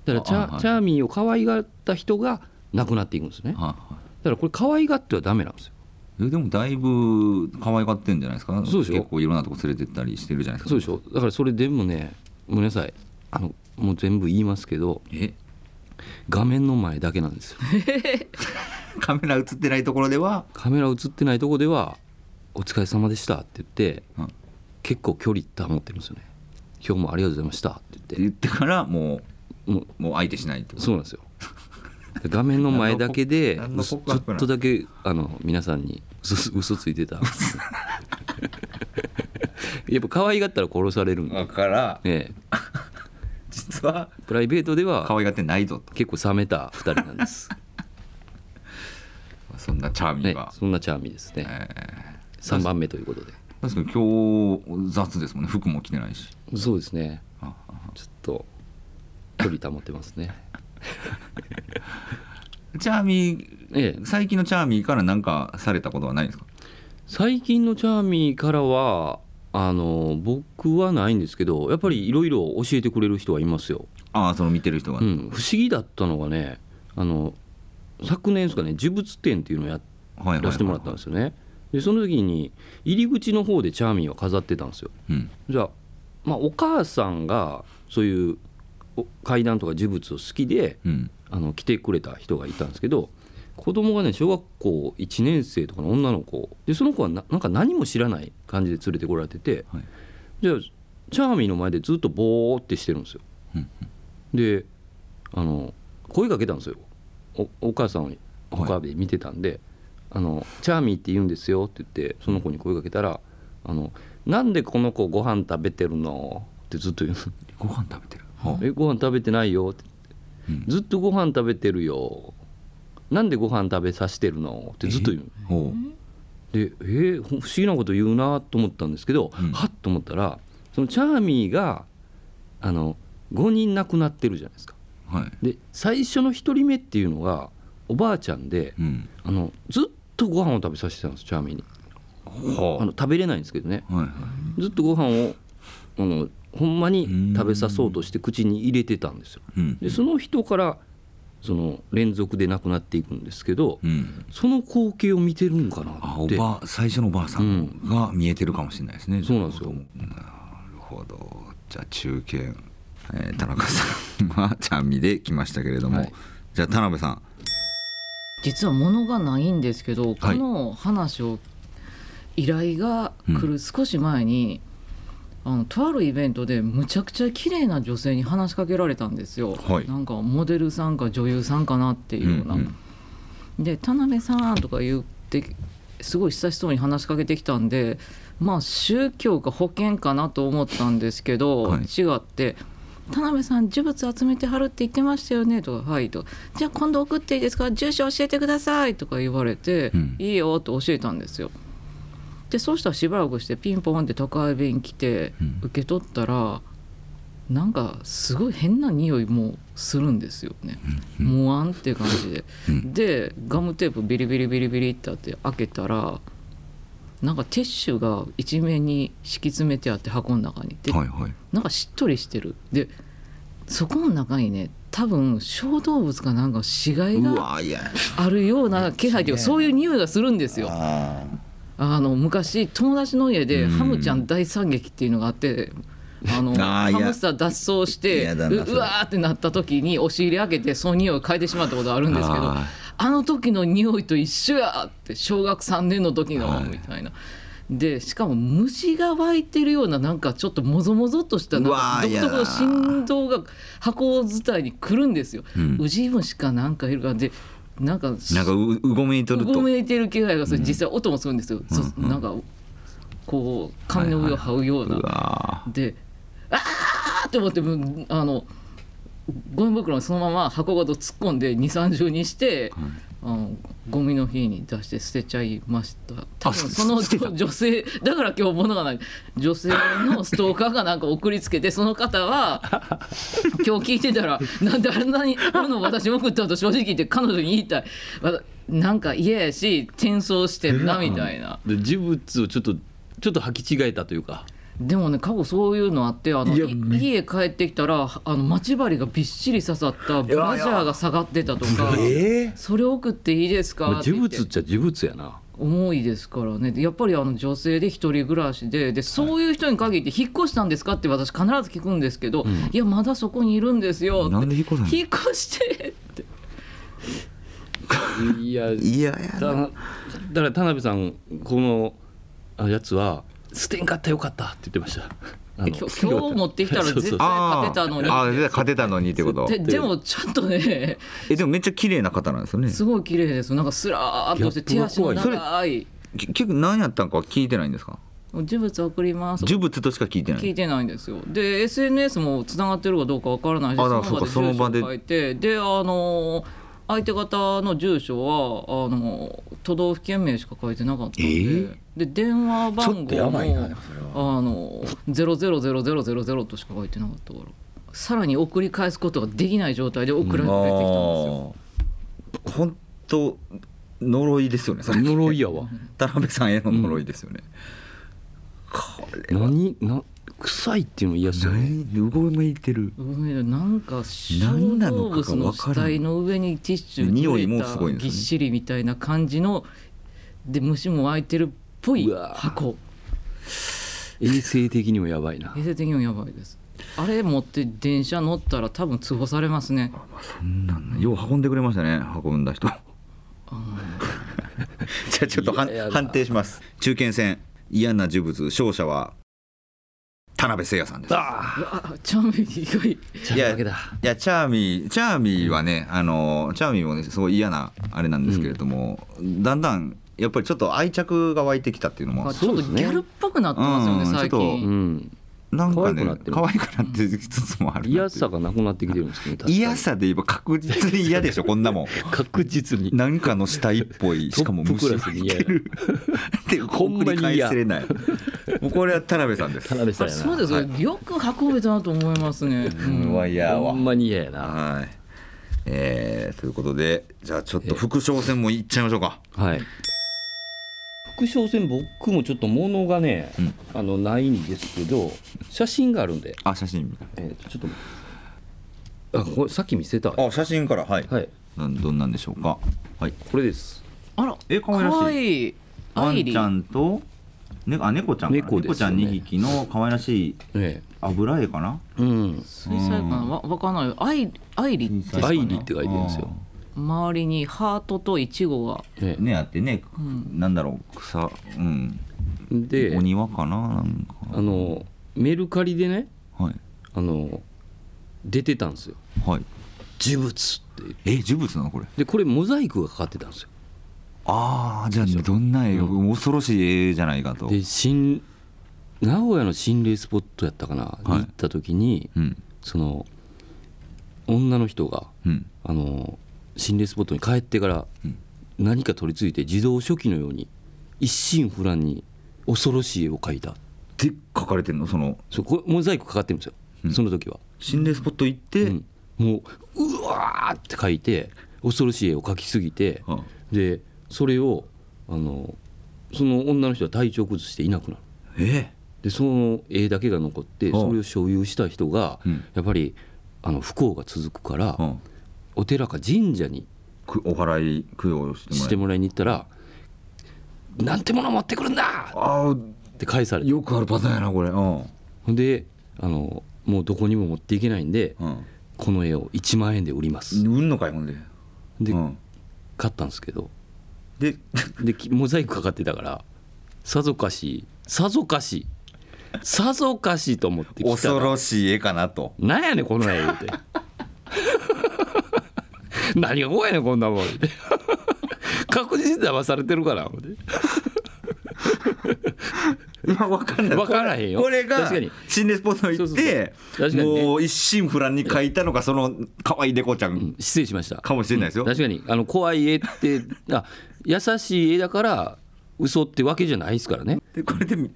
C: だからチ
A: あは
C: ャ
A: い
C: チャーミーを可愛がった人が亡くなっていくんですね。
A: た
C: だ
A: は
C: からこれ可愛がってはダメなんですよ。
A: えでもだいぶ可愛がってんじゃないですか
C: そうでしょ
A: 結構いろんなとこ連れてったりしてるじゃないですか
C: そうでしょだからそれでもねごめんなさいあのもう全部言いますけど
A: え
C: 画面の前だけなんですよ
A: カメラ映ってないところでは、
C: カメラ映ってないとこでは「お疲れ様でした」って言って
A: うん、
C: 結構距離保ってるんですよね「今日もありがとうございました」って
A: って
C: 言
A: 言
C: っ
A: ってからも
C: てもう
A: うもう相手しないってこと
C: そうなんですよ画面の前だけで
A: [LAUGHS] 何の
C: ちょ
A: 告白な
C: っ
A: の
C: とだけあの皆さんに嘘嘘ついてた
A: [LAUGHS]
C: やっぱ可愛がったら殺されるんで、
A: だから
C: ええ
A: 実は
C: プライベートで
A: 可
C: は
A: 愛がってないぞと
C: 結構冷めた2人な
A: [LAUGHS]
C: んです、
A: そんなチャーミ
C: ね
A: ーが、、
C: そんなチャーミーですね、3番目ということで
A: 確かに今日雑ですもんね服も着てないし
C: そうですね
A: ああ
C: ちょっと距離保ってますね
A: チャーミー
C: ええ
A: 最近のチャーミーから何かされたことはないんですか
C: 最近のチャーミーからはあの僕はないんですけどやっぱりいろいろ教えてくれる人はいますよ
A: ああその見てる人が、
C: うん、不思議だったのがねあの昨年ですかね呪物展っていうのをや
A: はいはい
C: らせてもらったんですよねでその時に入り口の方でチャーミーを飾ってたんですよ
A: うん
C: じゃあ,、まあお母さんがそういうお階段とか呪物を好きで
A: うん
C: あの来てくれた人がいたんですけど子供がね小学校1年生とかの女の子でその子はななんか何も知らない感じで連れてこられてて、
A: はい
C: じゃあチャーミーの前でずっとボーってしてるんですよ
A: うん
C: であの声かけたんですよおお母さんに
A: はい
C: 他で見てたんで、あの「チャーミーって言うんですよ」って言ってその子に声かけたら「あのなんでこの子ご飯食べてるの?」ってずっと言う
A: ご飯食べてる、
C: 「えご飯食べてないよ」って
A: うん
C: ずっとご飯食べてるよ。なんでご飯食べさせてるのってずっと言う
A: ほ
C: でえーほ不思議なこと言うなと思ったんですけど、
A: うん
C: はっと思ったらそのチャーミーがあの5人亡くなってるじゃないですか
A: うはい
C: で最初の1人目っていうのがおばあちゃんで
A: うん
C: あのずっとご飯を食べさせてたんですチャーミーに
A: ほ
C: あの食べれないんですけどね
A: うはいはい
C: ずっとご飯をあのほんまに食べさそうとして口に入れてたんですよ
A: うん
C: でその人からその連続で亡くなっていくんですけど、
A: うん
C: その光景を見てるんかな
A: あ
C: っ
A: お
C: て
A: ば最初のおばあさんが見えてるかもしれないですね、
C: そうなんですよ
A: なるほどじゃあ中堅、えー田中さんはちゃんみで来ましたけれども、
C: はい
A: じゃあ田辺さん
B: [LAUGHS] 実は物がないんですけど、この話を依頼が来る少し前に、あのとあるイベントでむちゃくちゃ綺麗な女性に話しかけられたんですよ、
A: はい
B: なんかモデルさんか女優さんかなっていうような、
A: うん
B: で「田辺さん」とか言ってすごい親しそうに話しかけてきたんでまあ宗教か保険かなと思ったんですけど、
A: はい
B: 違って「田辺さん呪物集めてはるって言ってましたよね」とか「はい」とか「じゃあ今度送っていいですか住所教えてください」とか言われて「
A: うん
B: いいよ」と教えたんですよ。でそうしたらしばらくしてピンポンって宅配便来て
A: うん
B: 受け取ったら、なんかすごい変な匂いもするんですよね。もわんって感じで、
A: うん
B: でガムテープビリビリビリビリってあって開けたらなんかティッシュが一面に敷き詰めてあって箱の中にで、
A: はいはい
B: なんかしっとりしてるでそこの中にね多分小動物かなんか死骸
A: う
B: が
A: わいやで
B: あるような気配というかそういう匂いがするんですよ。あの昔友達の家で
A: うん
B: ハムちゃん大惨劇っていうのがあって。あの
A: [LAUGHS] あーいや
B: ハムスター脱走して
A: や
B: う
A: だなそれ
B: うわーってなった時に押し入れ開けてその匂いを嗅いでしまったことがあるんですけどあの時の匂いと一緒やって小学3年の時の
A: はい
B: みたいな、でしかも虫が湧いてるようななんかちょっともぞもぞっとしたなん
A: うわ
B: か
A: ー
B: 独特
A: やだ
B: の振動が箱伝いに来るんですよ、
A: うん
B: ウジ虫かなんかいるからでなんか
A: なんかううごめいと
B: う
A: ると
B: ごめいてる気配がする実際音もするんですよ、そうなんかこう髪の上を這うような、
A: うわ
B: で「あー!」って思ってもうあのゴミ袋にそのまま箱ごと突っ込んで2三3 0にして、あのゴミの日に出して捨てちゃいました多分その
A: 捨てた
B: 女女性だから今日物がない女性のストーカーがなんか送りつけてその方は今日聞いてたらなんであんなに俺の私も送ったと正直言って彼女に言いたいわなんか嫌やし転送してんなみたいな。
C: で呪物をちょっとちょっと履き違えたというか
B: でもね過去そういうのあってあの
C: いや
B: い家帰ってきたらあの待ち針がびっしり刺さったブラジャーが下がってたとか
A: え
B: それ送っていいですか
C: まあ
B: って言
C: 呪
B: って
C: 物っちゃ呪物やな
B: 重いですからねでやっぱりあの女性で一人暮らしででそういう人に限って「引っ越したんですか?」って私必ず聞くんですけど「いやまだそこにいるんですよ」って
A: なんで引っ越さないの
B: 引っ越して」って
C: いや
A: いやいや
C: だだから田辺さんこのあやつは捨てんかったよかったって言ってましたあの
B: 今日今日持ってきたら
C: そうそう
B: 絶対
A: あ
B: 勝てたのに
A: ああー勝てたのにってこと
B: ででもちょっとね
A: えでもめっちゃ綺麗な方なんですよね
B: すごい綺麗ですなんかスラーっとして
C: ギ
B: 手
C: ャッ
B: 足
C: プが
B: の
C: 怖い
B: 長い
A: き結局何やったんかは聞いてないんですか
B: 呪物送ります
A: 呪物としか聞いてな
B: 聞い
A: い
B: てないんですよで SNS もつながってるかどうかわからないし
A: あだから
B: その場で
A: そうかその場で
B: 住所を書いてであのー相手方の住所はあのー都道府県名しか書いてなかったんで,、で電話
A: ちょ
B: 番
A: っと
B: 号
A: や
B: も
A: ばいなでも
B: あのー000000としか書いてなかったからさらに送り返すことができない状態で送られてきたんですよ。
A: あー本当呪いですよねそれ
C: 呪いやわ
A: [LAUGHS] 田辺さんへの呪いですよね、
C: 何な臭いっていうのも嫌っすよね
A: うごめいてる
B: うんなんか小
A: 何なの
B: 動
A: かが分から
B: 物
A: ん
B: の死体の上にティッシュ
A: 匂
B: 入
A: い
B: れ
A: も
B: た
A: すごいんです
B: ぎ
A: よね
B: っしりみたいな感じので虫も湧いてるっぽいう
C: わ
B: 箱
C: 衛生的にもやばいな
B: 衛生的にもやばいですあれ持って電車乗ったら多分通報されますね
A: そんなんなよう運んでくれましたね運んだ人 [LAUGHS] じゃあちょっとはん
C: いやいや
A: 判定します中堅戦嫌な呪物勝者は田辺誠也さんです
C: あ
B: うわチャーミー以外
C: あじゃあ負けだ
A: いやチャーミーチャーミーはねあのチャーミーもねすごい嫌なあれなんですけれども、だんだんやっぱりちょっと愛着が湧いてきたっていうのも
B: あちょっと
C: そうです
B: ギ
C: ね
B: ャルっぽくなってますよ
A: う
B: ね、
A: ん
B: 最
A: ち
C: う
B: 近
C: ん
A: なんかね
C: 可愛くなってる
A: 可愛くなってきつつもある
C: 嫌さがなくなってきてるんですけど
A: 嫌さで言えば確実に嫌で
C: [LAUGHS]
A: しょこんなもん
C: 確実に
A: なんかの死体っぽいしかも虫がいてるで
C: ほん
A: 送
C: ま
A: り
C: に
A: 返
C: 嫌
A: せれないもうこれは田辺さんです
C: 田辺さ
B: あ
C: ん
B: れ
C: やな
B: そうですよ、よく運べたなと思いますね、うん
A: うわ嫌や
C: ほ
A: わ
C: んまに嫌やな
A: はいえーということでじゃあちょっと副将戦もいっちゃいましょうか
C: はい副将戦僕もちょっと物がね、
A: うん
C: あのないんですけど写真があるんで、
A: あ写真
C: えーちょっとあこれさっき見せたは
A: あ写真からはい
C: い
A: なんどんなんでしょうかはい
C: これです
B: あら
A: え可愛らしい
B: かわいい
A: ワ
B: アイ
A: ン
B: リ
A: ちゃ
B: ー
A: んと、ね、あ猫ちゃんかな
C: 猫ですよね
A: 猫ちゃん2匹の可愛らしい
C: え
A: 油絵かな
C: えうん
B: 水彩かなわわかんないアイアイリーって
C: アイリって書いてるんですよ
B: 周りにハートとイチゴが
C: え
A: ねあってね、なんだろう草うん
C: えで
A: お庭かななんか
C: あのメルカリでね
A: はい
C: あの出てたんですよ
A: はい
C: 呪物って
A: え呪物なのこれ
C: でこれモザイクがかかってたんですよ
A: ああじゃあどんな絵、
C: う
A: 恐ろしい絵じゃないかと
C: で新名古屋の心霊スポットやったかな、に行った時に
A: うん
C: その女の人が
A: うん
C: あの心霊スポットに帰ってから
A: うん
C: 何か取り付いて自動書記のように一心不乱に恐ろしい絵を描いた
A: で描かれてるのその
C: そうこれモザイクかかってるんです
A: う
C: よ、
A: ん
C: その時は、
A: 心霊スポット行っ
C: う
A: て、
C: ん、もううわーって描いて恐ろしい絵を描きすぎて
A: は
C: でそれをあのその女の人は体調崩していなくなる
A: あえ
C: でその絵だけが残って
A: はあ
C: それを所有した人が
A: うん
C: やっぱりあの不幸が続くから
A: うん
C: お寺か神社に
A: くお祓い供養してもらえ
C: してもらいに行ったら「なんてもの持ってくるんだ!」
A: ああ
C: って返されて
A: よくあるパターンやなこれうん
C: ほんであのもうどこにも持っていけないんで
A: うん
C: この絵を1万円で売ります
A: 売んのかいほんで
C: で
A: うん、
C: 買ったんですけど
A: で
C: できモザイクかかってたからさぞかしさぞかしさぞかしと思ってきた
A: 恐
C: ら
A: ろしい絵かなと
C: 「なんやねんこの絵」言うて [LAUGHS] 「何が怖いねんこんなもん」言うて [LAUGHS] 確実に騙されてるから思って
A: [LAUGHS] いやわかんない
C: わからへんよ
A: これが
C: 確かに
A: 心霊スポット行っ
C: そうそう
A: て
C: そう確かにね
A: もう一心不乱に描いたのがその可愛い猫ちゃ
C: うんん失礼しました
A: かもしれないですよ、
C: 確かにあの怖い絵ってあ優しい絵だから嘘ってわけじゃないですからね、
A: でこれでみ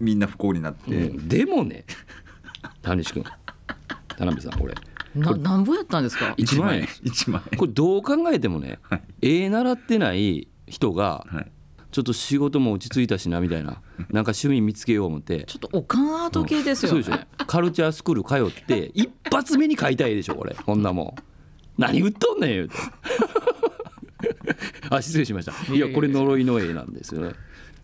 A: みんな不幸になって、
C: うんでもね谷西君田辺さんこれ
B: ななんぼやったんですか
C: 1万円
A: [LAUGHS]
C: です
A: 1万円
C: これどう考えてもね絵習ってない人が
A: はい
C: ちょっと仕事も落ち着いたしなみたいななんか趣味見つけよう思って
B: ちょっとおかんアート系ですよ
C: そう
B: ね。
C: でしょカルチャースクール通って一発目に買いたいでしょこれこんなもん何売っとんねん言うて [LAUGHS] あ失礼しましたいやこれ呪いの絵なんですよね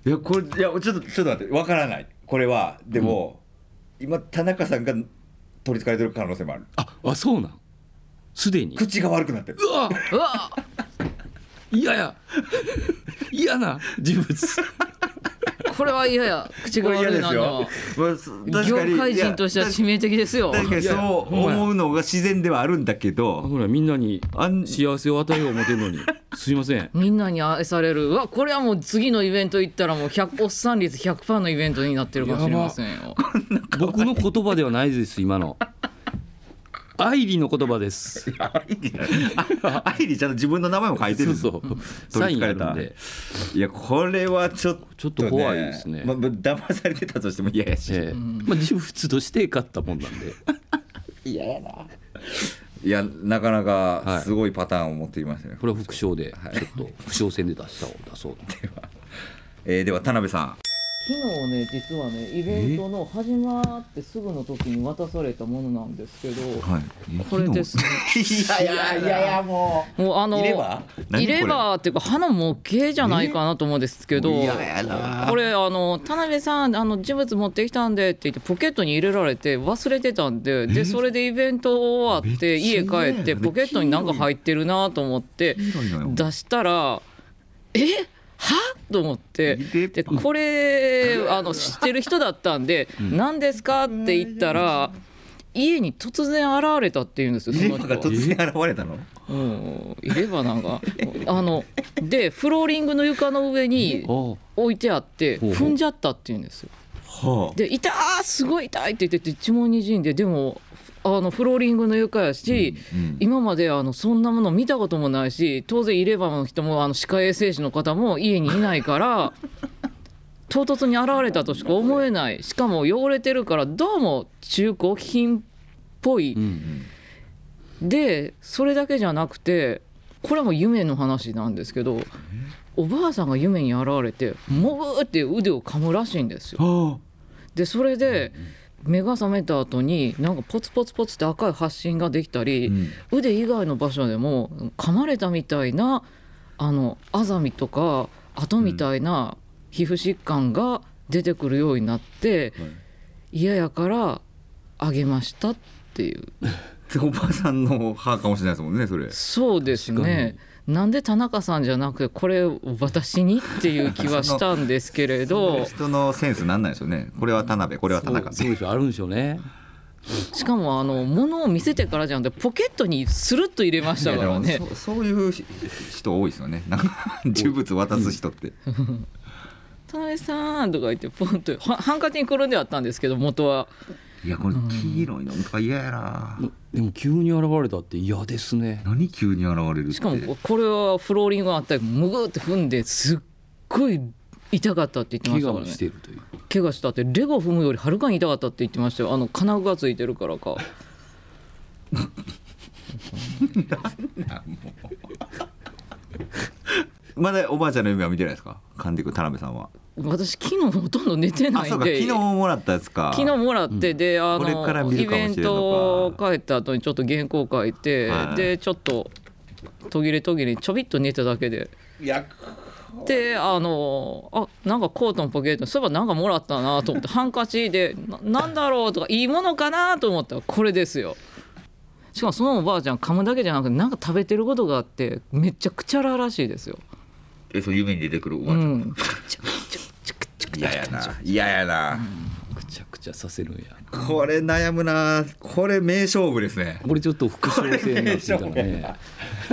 A: いやこれいやちょっとちょっと待ってわからないこれはでも、今田中さんが取りつかれてる可能性もある
C: ああそうなんすでに
A: 口が悪くなってる
C: うわ
B: うわ
C: 嫌や嫌な人物
B: これは嫌や口が
A: これ嫌
B: 悪い
A: で
B: な
A: す
B: の
A: よ
B: は、
A: まあす確
B: 業
A: かに
B: 界人としてはい
A: や
B: 致命的ですよ
A: 確かにそう思うのが自然ではあるんだけど
C: ほらみんなに
A: あん
C: 幸せを与えよう思てるのにすいません
B: みんなに愛されるうわこれはもう次のイベント行ったらもう100おっさん率100%のイベントになってるかもしれませんよ
C: 僕の言葉ではないです今の愛理の言葉です
A: アイリーアイリーちゃんと自分の名前も書いて
C: そ
A: る
C: うそうサ
A: 取
C: イ
A: り
C: ン
A: つか
C: が
A: れた
C: あるんで、
A: いやこれはちょっと、ね、
C: ちょっと怖いですね
A: まあ、まあ騙されてたとしても嫌やし、
C: ええまあ人物として勝ったもんなんで
A: いやなかなか
C: はい
A: すごいパターンを持っていますね、
C: これは副賞でちょっと副賞戦で出したを出そうと
A: えーでは田辺さん
B: 昨日ね実はねイベントの始まってすぐの時に渡されたものなんですけど
A: はい
B: これですね
A: いやいやいやいやも
B: もうあ
A: う
B: の
A: いれば
B: 入れ歯っていうか歯の模型じゃないかなと思うんですけど
A: いややな
B: これあの田辺さんあの事物持ってきたんでって言ってポケットに入れられて忘れてたんででそれでイベント終わって家帰ってポケットになんか入ってるなと思って出したらえはと思って
A: 入れ
B: でこれあの知ってる人だったんで「何ですか?」って言ったら家に突然現れたっていうんですよそ
A: 入れ
B: の
A: 歯
B: 人
A: が
B: は
A: 突然現れたの
B: うんいればなんか [LAUGHS] あのでフローリングの床の上に
C: [LAUGHS] あ
B: 置いてあって
C: ほうほう
B: 踏んじゃったっていうんですよ
A: は
B: で「痛ーすごい痛い!」って言ってて一文にじんででもあのフローリングの床やし、
A: うん
B: 今まであのそんなもの見たこともないし当然入れ歯の人もあの歯科衛生士の方も家にいないから唐突に現れたとしか思えないしかも汚れてるからどうも中古品っぽい
C: あうん
B: でそれだけじゃなくてこれはもう夢の話なんですけどおばあさんが夢に現れてもぶーって腕を噛むらしいんですよ。
A: あ
B: でそれで目が覚めた後になんかポツポツポツって赤い発疹ができたり、
A: うん
B: 腕以外の場所でも噛まれたみたいなあのあざみとか跡みたいな皮膚疾患が出てくるようになって
A: はい
B: 嫌やからあげましたっていう
A: でおばあさんの歯かもしれないですもんねそれ
B: そうです
C: 確か
B: ね。なんで田中さんじゃなくてこれ私にっていう気はしたんですけ
A: [LAUGHS]
B: れど
A: 人のセンスなんないですよねこれは田辺これは田
C: そう
A: 中
C: そうでしょあるんでしょうね
B: しかもあの物を見せてからじゃなくてポケットにスルッと入れましたから
A: いや
B: ね
A: でもそそういうひ人多いですよねなんか呪物渡す人って
B: 「田辺さん」とか言ってポンとハハンカチにくるんであったんですけど元はい
A: やこれ黄色いのとか嫌やな
C: でも急に現れたって嫌ですね
A: 何急に現れるって
B: しかもここれはフローリングがあったりむぐって踏んですっごい痛かったって言ってま
C: 怪
B: した
C: 我
B: から
C: も
B: ね
C: しているという
B: 怪我したってレゴ踏むよりはるかに痛かったって言ってましたよあの金具がついてるからか。
A: まだおばあちゃんの夢は見てないですか神田君田辺さんは
B: 私昨日ほとんど寝て
A: あ
B: ない
A: そうんか昨
B: で
A: 日もらったやつか
B: 昨日もらって、であ
A: これから
B: の
A: 見
B: イ
A: るかもしれ
B: ベ
A: んのか
B: ントを帰った後にちょっと原稿書いて、
A: はい
B: でちょっと途切れ途切れにちょびっと寝ただけで。であのあなんかコートのポケットにそういえばなんかもらった
A: [LAUGHS]
B: なと思ってハンカチでななんだろうとかいいものかなと思ったらこれですよしかもそのおばあちゃん噛むだけじゃなくてなんか食べてることがあってめっちゃくちゃららしいですよ、
A: えそう夢に出てくるお
B: う
A: ばあちゃん
B: ん、ちょちょちょちょちょ
A: 嫌やな嫌やな
C: くちゃくちゃさせるんや
A: これ悩むなこれ名勝負ですね
C: これちょっと副賞戦になってきたね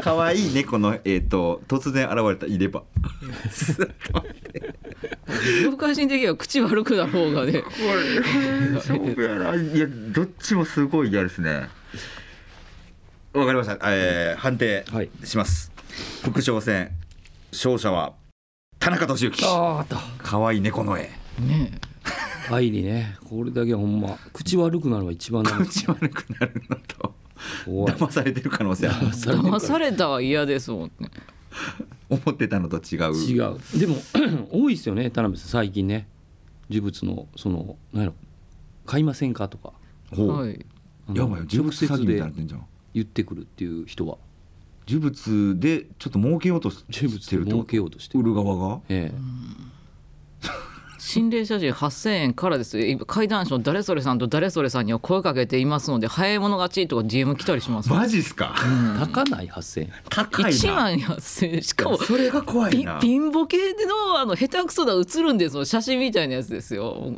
A: 可愛い猫のえっ、と突然現れた入れ歯
B: 業界人的には口悪くな方がね
A: これ勝負やないやどっちもすごい嫌ですねわかりました、えー、判定
C: はい
A: します、副将戦勝者は田中俊之
C: あーあっ
A: 可愛い猫の絵
B: ねえ
C: た愛理ねこれだけはほんま口悪くなるのが一番なんです
A: 口悪くなるのと
C: 怖い
A: 騙されてる可能性
C: [LAUGHS]
A: ある
C: されてる
B: 騙されたは嫌ですもんね
A: 思ってたのと違う
C: 違うでも [CLEARS THROAT] 多いですよね田辺さん最近ね呪物のその何やろ買いませんかとか
A: ほう、
B: はい
C: あの
A: やばいよ呪物詐欺みたいになってんじゃん
C: 言ってくるっていう人は
A: 呪物でちょっと儲けようとし
C: 呪物
A: してる
C: で
A: と
C: 儲けようとして
A: 売
C: る、
A: る側が
C: ええ
B: 心霊写真8000円からですよ今怪談師の誰それさんと誰それさんには声かけていますので早い者勝ちとか DM 来たりします
A: マジっすか
C: 高ない8000円
A: 高いな
B: 1万8000円しかも
A: それが怖い
B: ピ
A: な
B: ピンボケのあの下手くそな映るんですよ写真みたいなやつですよ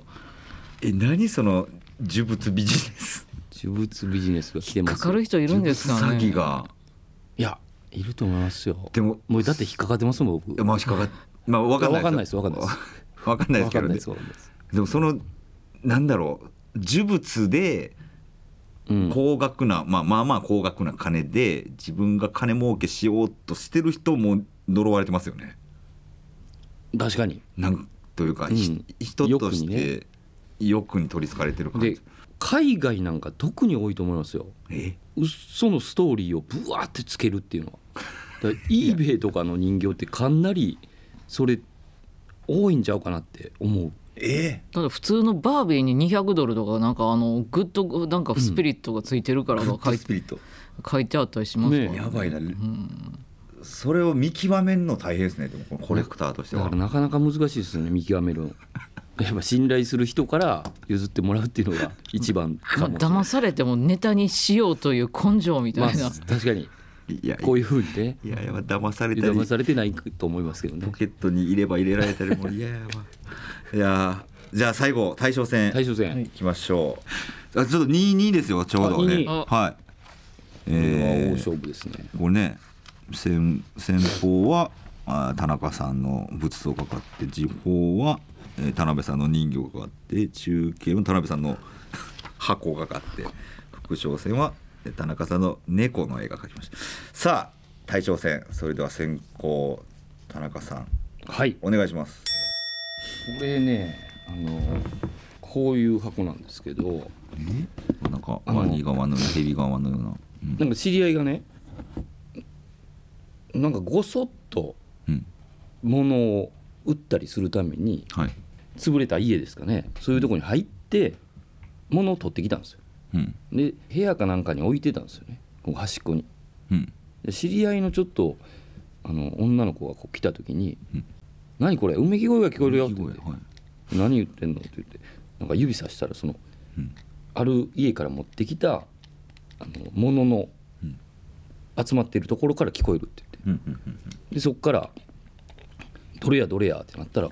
A: え何その呪物ビジネス
C: 呪物ビジネスが来てま
B: か
C: す
B: かる人いるんですか
A: 呪
B: ね
A: 物詐欺が
C: いやいると思いますよ
A: でも
C: もうだって引っかかってますもん僕
A: まあしかかまあ分かんない
C: わかんないですわかんないです
A: わかんないです
C: わ
A: けど
C: かんな
A: ね
C: いですわかんないです
A: でもそのなんだろう呪物で
C: うん
A: 高額な、まあまあまあ高額な金で自分が金儲けしようとしてる人も呪われてますよね
C: 確かに
A: なんというか、
C: うん
A: ひ人として
C: 欲
A: 欲に,、取りつかれてる感
C: で
A: じ
C: 海外なんか特に多いと思いますよ
A: え
C: 嘘のストーリーをブワーってつけるっていうのは [LAUGHS] だから eBay とかの人形ってかなりそれ多いんちゃうかなって思う
A: え
B: ただ普通のバービーに200ドルとかなんかあのグッドなんかスピリットがついてるから
A: グ
B: が
A: ッド
B: 書い,、
A: スピリット
B: 書いてあったりしますから
C: ねえ
A: やばいな
B: うん
A: それを見極めるの大変ですねでもこのコレクターとして
C: だか
A: は
C: らなかなか難しいですよね見極める [LAUGHS] のやっぱ信頼する人から譲ってもらうっていうのが一番
B: [LAUGHS] まあ
C: かもしれない
B: 騙されてもネタにしようという根性みたい
C: ま
B: な、
C: あ確かに
A: いや
C: こういうふうにね
A: いやいや騙されたり
C: 騙されてないと思いますけどね
A: ポケットに入れば入れられたりもいやいやばいいやーじゃあ最後大将戦
C: 大将戦、
A: いきましょうあちょっと22ですよちょうど
C: あ
A: ね
C: 22
A: はい
C: まあ大
A: えー、
C: 勝負ですね
A: これね先先方はあー田中さんの仏像がかかって時報は、えー田辺さんの人形がかかって中継は田辺さんの [LAUGHS] 箱がかかって副将戦はえー田中さんの猫の絵が描きましたさあ大将戦それでは先行田中さん
C: はい
A: お願いします
C: これねあのこういう箱なんですけど
A: なんか
C: あの
A: ワニ側のようなヘビ側のような、うん
C: なんか知り合いがねなんかごそっと
A: うん
C: 物を売ったりするために
A: はい
C: 潰れた家ですかねそういうとこに入って物を取ってきたんですよ
A: うん
C: で部屋かなんかに置いてたんですよねこう端っこに
A: うん
C: で知り合いのちょっとあの女の子がこう来た時に
A: うん
C: 「何これうめき声が聞こえるよ」って言
A: 鳴
C: っ
A: き
C: て
A: 声はい
C: 「何言ってんの?」って言ってなんか指さしたらその
A: うん
C: ある家から持ってきたあの物の
A: うん
C: 集まっているところから聞こえるって言って
A: うんうんうん
C: でそっから「どれやどれや」ってなったら「い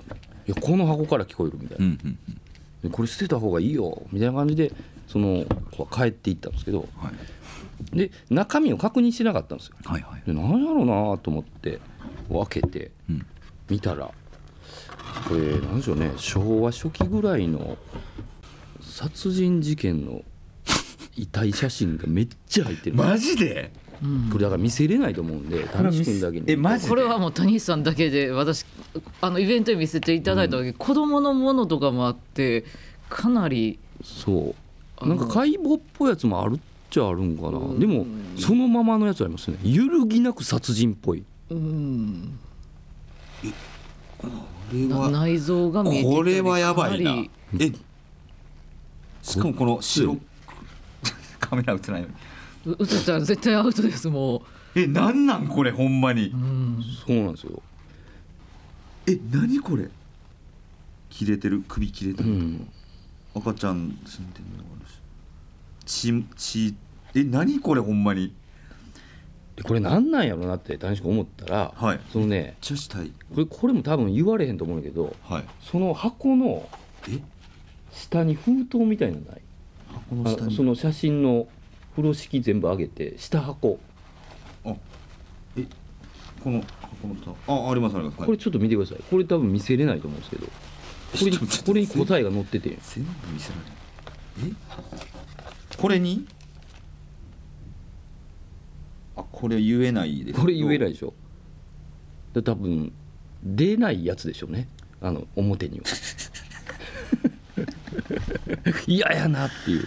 C: やこの箱から聞こえる」みたいうな、
A: んうんうん
C: でこれ捨てた方がいいよ」みたいな感じでその子は帰っていったんですけど
A: はい
C: で中身を確認してなかったんですよ。
A: はいはい
C: で何やろうなと思って開けて
A: うん
C: 見たらこれなんでしょうね昭和初期ぐらいの殺人事件の遺体写真がめっちゃ入ってる
A: マジで
B: うん
C: これだから見せれないと思うんで
A: れは
C: 谷
A: 見せ
C: 地君だけに
A: えマジで
B: これはもう谷口さんだけで私あのイベントに見せていただいた時、子供のものとかもあってかなり
C: そうなんか解剖っぽいやつもあるっちゃあるんかな
B: うん
C: でもそのままのやつありますね揺るぎなく殺人っぽい
B: うん
A: これ
B: な
A: は
B: 内臓が見えてきたり
A: これはやばい
B: か
A: な
B: り
A: えしかもこの白カメラ映ってないよ
B: う映ったら絶対アウトですも
A: うにえなんなんこれほんまに
B: う、うん、
C: そうなんですよ、
A: え何これ切れてる首切れて
C: う
A: る、
C: ん、
A: 赤ちゃん死んでるのかな血血え何これほんまに
C: でこれなんなんやろなって谷地君思ったら、
A: はい
C: そのね
A: めっちゃしたい
C: これこれも多分言われへんと思うんだけど
A: はい
C: その箱の
A: え
C: 下に封筒みたいなのない
A: 箱
C: あ
A: の下
C: の
A: に
C: その写真の風呂敷全部上げて下箱
A: この箱の蓋あありますあります
C: これちょっと見てくださいこれ多分見せれないと思うんですけどこれに
A: ちょっと
C: これに答えが載ってて
A: 全部見せられないえこれにあこれ言えないです
C: これ言えない
A: い
C: でしょだ多分出ないやつでしょうねあの
A: [LAUGHS]
C: 表には嫌ややなっていう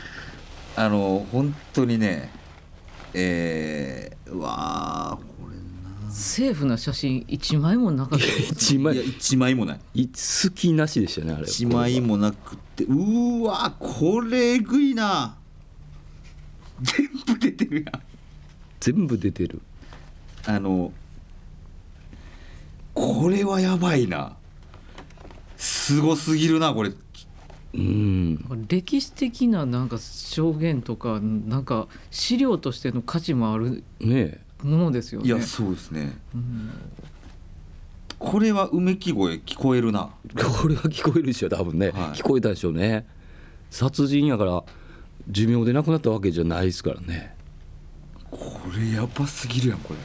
A: あの本当にねえー、うわーこれな
B: セーフな写真一枚もなかったです
C: 一枚
A: いや一枚もない
C: い好きなしでしたねあれ
A: 一枚もなくてうーわこれえぐいな全部出てるやん
C: 全部出てる
A: あのこれはやばいなすごすぎるなこれ
C: うん
B: 歴史的ななんか証言とかなんか資料としての価値もある
C: ねえ
B: ものですよね。
A: いやそうですね
B: うん
A: これはうめき声聞こえるな
C: [LAUGHS] これは聞こえるでしょ多分
A: は
C: ね、
A: い
C: 聞こえたでしょうね殺人やから寿命で亡くなったわけじゃないですからね
A: これやばすぎるやんこれ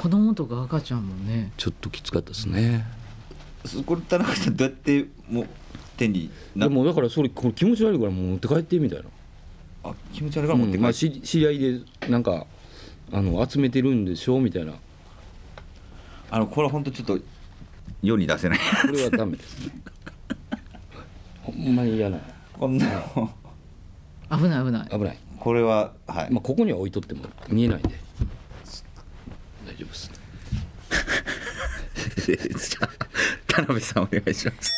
B: 子供とか赤ちゃんもね
C: ちょっときつかったですね
A: そこれ田中さんどうやってもう手にな
C: でもだからそれこれ気持ち悪いからもう持って帰ってみたいな、
A: あ気持ち悪いから持っ
C: う
A: て
C: ん
A: 帰
C: ま
A: っ
C: あ、知知り合いでなんかあの集めてるんでしょうみたいなこ
A: あのこれは本当ちょっと世に出せない
C: れはダメですねほんまに嫌な
A: [LAUGHS] こんなの
B: 危ない危ない。
C: 危ない、
A: これははい、
C: まあ、ここには置いとっても見えないんで大丈夫です
A: 田辺さんお願いします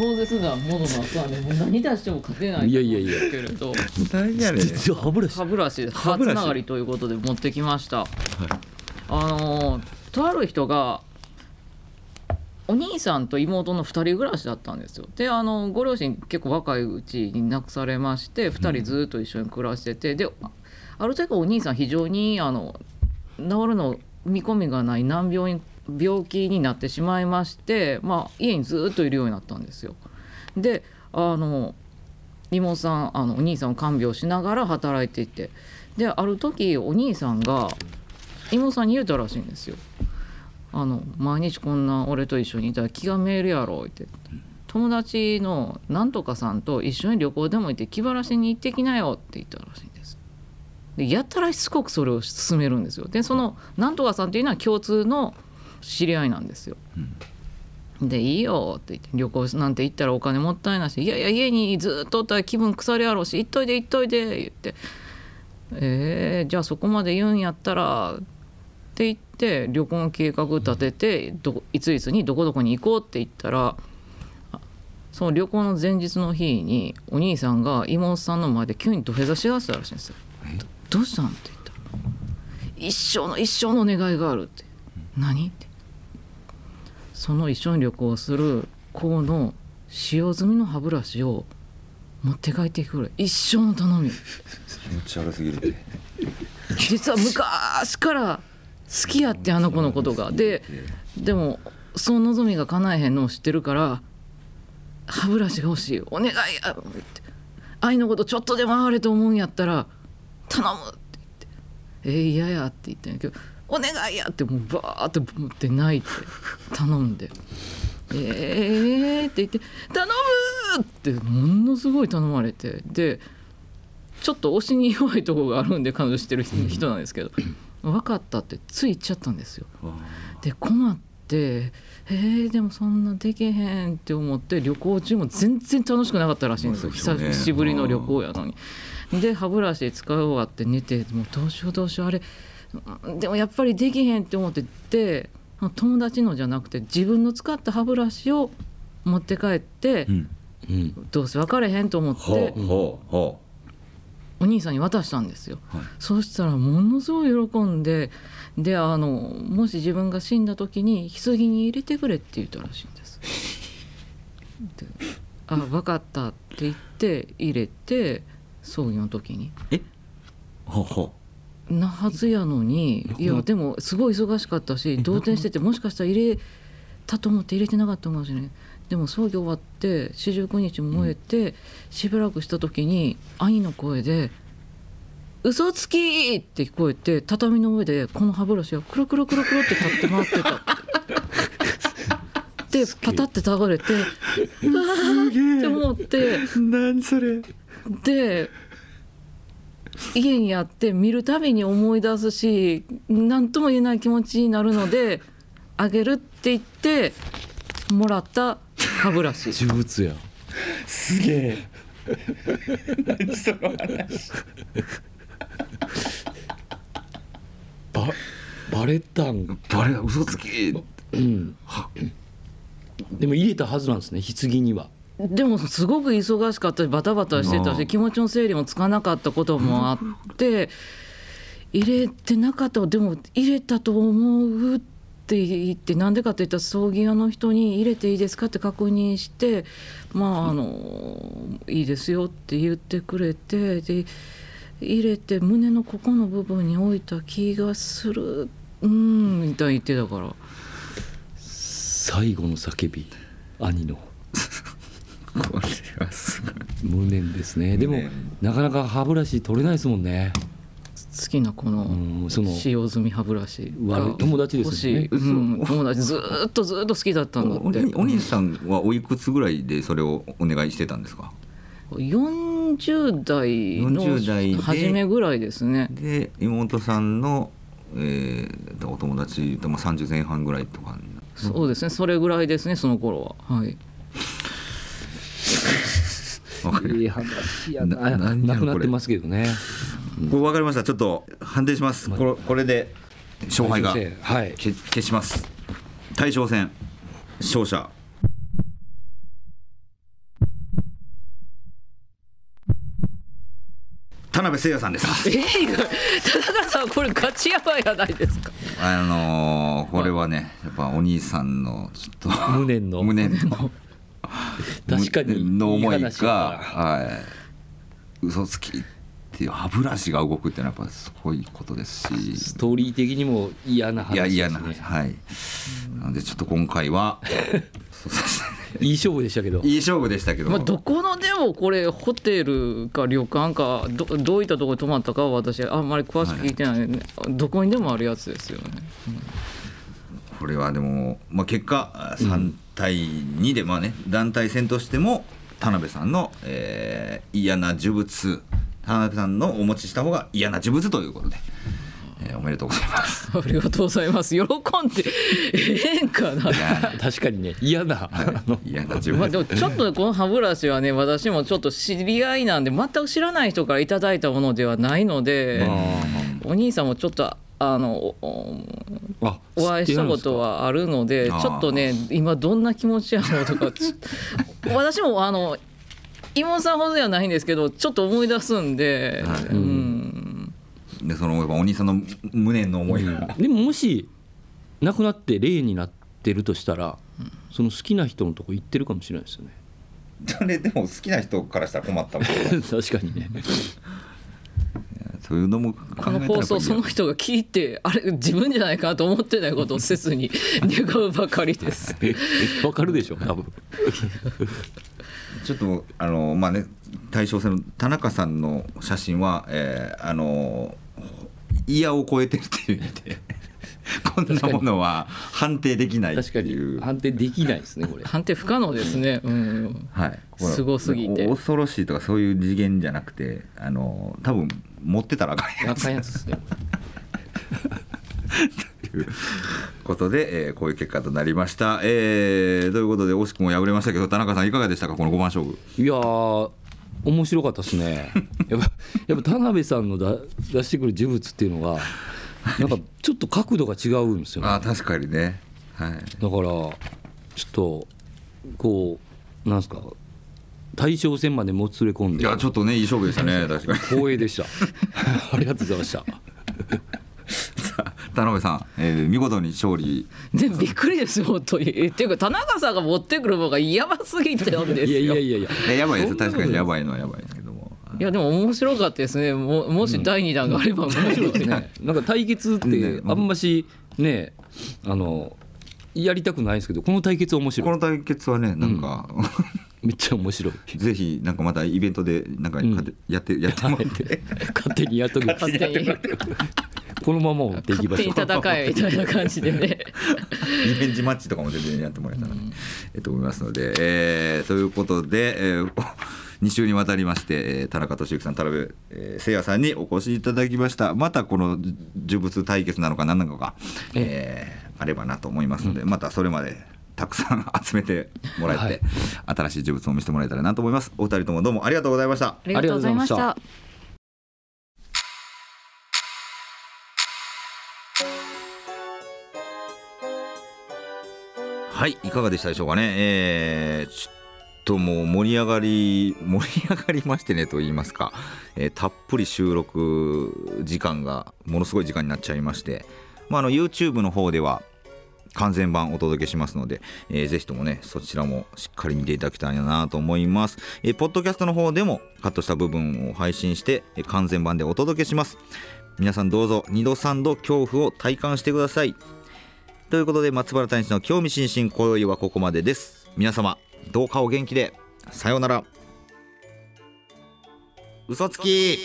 B: もう壮絶なものの後はねもう何出しても勝てない
C: いやいやいや
B: と思うんですけれど
A: 何やねん
C: 実は歯ブラシ
B: 歯ブラシです
A: 歯
B: 歯
A: ブ
B: つ
A: ラシ
B: ながりということで持ってきました、あのーとある人がお兄さんと妹の2人暮らしだったんですよであのご両親結構若いうちに亡くされまして2人ずっと一緒に暮らしてて、であある程度お兄さん非常にあの治るの見込みがない難病に病気になってしまいまして、まあ、家にずっといるようになったんですよ。であの妹さんあのお兄さんを看病しながら働いていてである時お兄さんが妹さんに言うたらしいんですよ。あの毎日こんな俺と一緒にいたら気がめいるやろって友達のなんとかさんと一緒に旅行でも行って気晴らしに行ってきなよって言ったらしいんです。でやたらしつこくそれを勧めるんですよ。でそのなんとかさんっていうのは共通の知り合いなんですよ。でいいよって言って旅行なんて行ったらお金もったいないし「いやいや家にずっとおったら気分腐るやろうし行っといで行っといで」言って「えー、じゃあそこまで言うんやったら」って言って旅行の計画立ててどいついつにどこどこに行こうって言ったらあその旅行の前日の日にお兄さんが妹さんの前で急に土下座しだしたらしいんですよ。どどうしたんって言ったら「一生の一生のお願いがある」って「何?」って。その一緒に旅行する子の使用済みの歯ブラシを持って帰ってくれ一生の頼み
A: 気持ち悪すぎる
B: 実は昔から好きやってあの子のことがででもその望みが叶えへんのを知ってるから歯ブラシが欲しいお願いやって愛のことちょっとでもあれと思うんやったら頼むって言って「えー、嫌や」って言ったんやけど「お願いや」ってもうバーって持って泣いて頼んで「えー」って言って「頼む!」ってものすごい頼まれてでちょっと推しに弱いところがあるんで彼女してる人な
A: [CLEARS THROAT]
B: んですけど「分かった」ってつい言っちゃったんですよ。で困って「えー、でもそんなできへん」って思って旅行中も全然楽しくなかったらしいんですよ、
A: そうでしょうね
B: 久しぶりの旅行やのに。で歯ブラシ使い終わって寝てもうどうしようどうしようあれうんでもやっぱりできへんって思ってで友達のじゃなくて自分の使った歯ブラシを持って帰って、
A: ん
C: うん
B: どうせ分かれへんと思って。
A: ほうほうほ
B: お兄さんに渡したんですよ、
A: はい
B: そうしたらものすごい喜んでであのもし自分が死んだ時に棺に入れてくれって言ったらしいんですであ分かったって言って入れて葬儀の時に
A: うほうほ
B: なはずやのにいやでもすごい忙しかったし動転しててもしかしたら入れたと思って入れてなかったかもしれないでも葬儀終わって四十九日も終えて、しばらくした時に兄の声で「嘘つき!」って聞こえて畳の上でこの歯ブラシがくるくるくるくるって立って回ってたって。でパタって倒れて「うわー!」って思って。
A: う何それ
B: で家にあって見るたびに思い出すし何とも言えない気持ちになるのであげるって言ってもらった歯ブラシ
C: 呪物や
A: すげえ何その話
C: ばバレたん
A: バレ嘘つき
C: うんでも入れたはずなんですね棺には
B: でもすごく忙しかったしバタバタしてた
A: うん
B: し気持ちの整理もつかなかったこともあって入れてなかったでも入れたと思うって言ってなんでかって言ったら葬儀屋の人に入れていいですかって確認してまああのいいですよって言ってくれてで入れて胸のここの部分に置いた気がするうんみたいに言ってたから。
C: 最後の叫び兄の
A: これはすごい
C: 無念ですねでも
A: 無念
C: なかなか歯ブラシ取れないですもんね
B: 好きなこ
C: うん
B: の
C: その
B: 使用済み歯ブラシが
C: 悪い友達です
B: 欲し
C: よね
B: い、うん、友達ずーっとずーっと好きだったんだ
A: おお
B: って
A: お兄さんはおいくつぐらいでそれをお願いしてたんですか
B: 40代
A: 40代で
B: の初めぐらいですね
A: で妹さんの、えーお友達とまあ30前半ぐらいとかに
B: そうですねそれぐらいですねその頃ははい
A: わかり
C: いい話や
A: な
C: なな
A: 何や
C: く
A: これ
C: なってますけどね
A: これわかりましたちょっと判定しますこれこれで勝敗が
C: はい
A: け
C: はい
A: 決します大将戦勝者田辺誠也さん
C: [LAUGHS]
A: です
B: えー、 [LAUGHS] 田中さんこれガチやばいやないですか
A: あのーこれはねやっぱお兄さんのちょっと
C: 無念の
A: 無念の
C: 確か
A: 無
C: に
A: 念の思い
C: い
A: が
C: い話だ
A: はい嘘つきっていう歯ブラシが動くっていうのはやっぱすごいことですし
C: ストーリー的にも嫌ない話
A: や
C: です、ね、
A: 嫌な話はいなのでちょっと今回はそうですね
C: いい勝負でしたけど
A: いい勝負でしたけど,、
B: まあどこのでもこれホテルか旅館かどどういったところに泊まったかは私あんまり詳しく聞いてないんでね、どこにでもあるやつですよね
A: これはでも、まあ、結果3対2で、まあね団体戦としても田辺さんの、えー嫌な呪物田辺さんのお持ちした方が嫌な呪物ということで、えーおめでとうございます
B: ありがとうございます喜んでええんかな
C: 確かにね嫌な、あの
A: 嫌な呪
B: まあ
A: 物
B: でもちょっとねこの歯ブラシはね私もちょっと知り合いなんで全く知らない人からいただいたものではないので、お兄さんもちょっとあのおお
C: あ
B: お会いしたことはあるので
A: あー
B: ちょっとね今どんな気持ちやのとかち
A: [LAUGHS]
B: 私もあの妹さんほどではないんですけどちょっと思い出すんで、
A: はい
B: うん
A: でそのやっぱお兄さんの無念の思いが
C: でももし亡くなって霊になってるとしたら、その好きな人のとこ行ってるかもしれないですよね
A: そ [LAUGHS] れでも好きな人からしたら困ったもん
C: [LAUGHS] 確かにね
A: そういうのも考えた
B: こ
A: ら
B: の
A: やっぱ
B: 放送
A: り
B: その人が聞いてあれ自分じゃないかなと思ってないことを切に願うばか
A: [LAUGHS]
B: りです。
C: [LAUGHS] わかるでしょ多分
A: ちょっとあのまあね大将戦の田中さんの写真は、えーあの嫌を超えてるっていう意味で [LAUGHS] こんなものは判定できないっ
C: 確
A: て
C: か
A: い
C: に
A: う
C: 判定できないですねこれ
B: 判定不可能ですね。
A: [LAUGHS]
B: うん、
A: はい、これ
B: すごすぎて
A: お恐ろしいとかそういう次元じゃなくてあの多分持ってたらあかんや
C: あ
A: つ
C: かんやつですね
A: ことで、えーこういう結果となりました、えーということで惜しくも敗れましたけど田中さんいかがでしたかこの五番勝負
C: いやー面白かったです [LAUGHS] ねやっぱやっぱ田辺さんのだ出してくる呪物っていうのがなんかちょっと角度が違うんですよね
A: あー確かにねはい
C: だからちょっとこうなんですか大将戦までもつれ込ん
A: い
C: で
A: やちょっとねいい勝負でしたね [LAUGHS] 確かに
C: 光栄でした [LAUGHS] ありがとうございました
A: さあ田辺さん、えー見事に勝利
B: [LAUGHS] でびっくりですよ本当に。えっていうか田中さんが持ってくるものがやばすぎてなんですよ。
C: いやいやいやいや
A: えやばいです
C: そんなこ
A: 確
C: と
A: かにやばいのはやばいですけども
B: いやでも面白かったですね。ももし第二弾があれば面白いですね。
C: ねなんか対決って
A: ね
C: あんましねあのやりたくないんですけどこの対決
A: [LAUGHS]
C: 面
A: こ
C: 白い
A: の対決はねなんか、
C: めっちゃ面白い
A: [LAUGHS]
B: [LAUGHS]
A: ぜひなんかまたイベントでなんか
C: ん
A: かてやってやってもらって
C: 勝手にやっとく
B: 勝手に
C: このまま持っていきま
B: 勝手
C: し
B: に
C: ょう
B: 戦えみたいな感じでね。
A: [LAUGHS] リベンジマッチとかも全然やってもらえたら、えっと思いますので、えーということで、え2 [LAUGHS] 週にわたりまして、えー田中俊之さん田辺えー誠也さんにお越しいただきましたまたこの呪物対決なのか何なのか、えーあればなと思いますので、またそれまで [LAUGHS] たくさん集めてもらえて、
C: はい
A: 新しい呪物を見せてもらえたらなと思いますお二人ともどうもありがとうございました
B: ありがとうございまし
C: ありがとうございました
B: た。
A: はいいかがでしたでしょうかねえーちょっともう盛り上がり盛り上がりましてねと言いますか、えーたっぷり収録時間がものすごい時間になっちゃいまして、まあ、あの YouTube の方では完全版お届けしますので、えーぜひともねそちらもしっかり見ていただきたいなと思います、えーポッドキャストの方でもカットした部分を配信してえー完全版でお届けします皆さんどうぞ2度3度恐怖を体感してくださいということで松原谷氏の興味津々今宵はここまでです皆様どうかお元気でさようなら嘘つき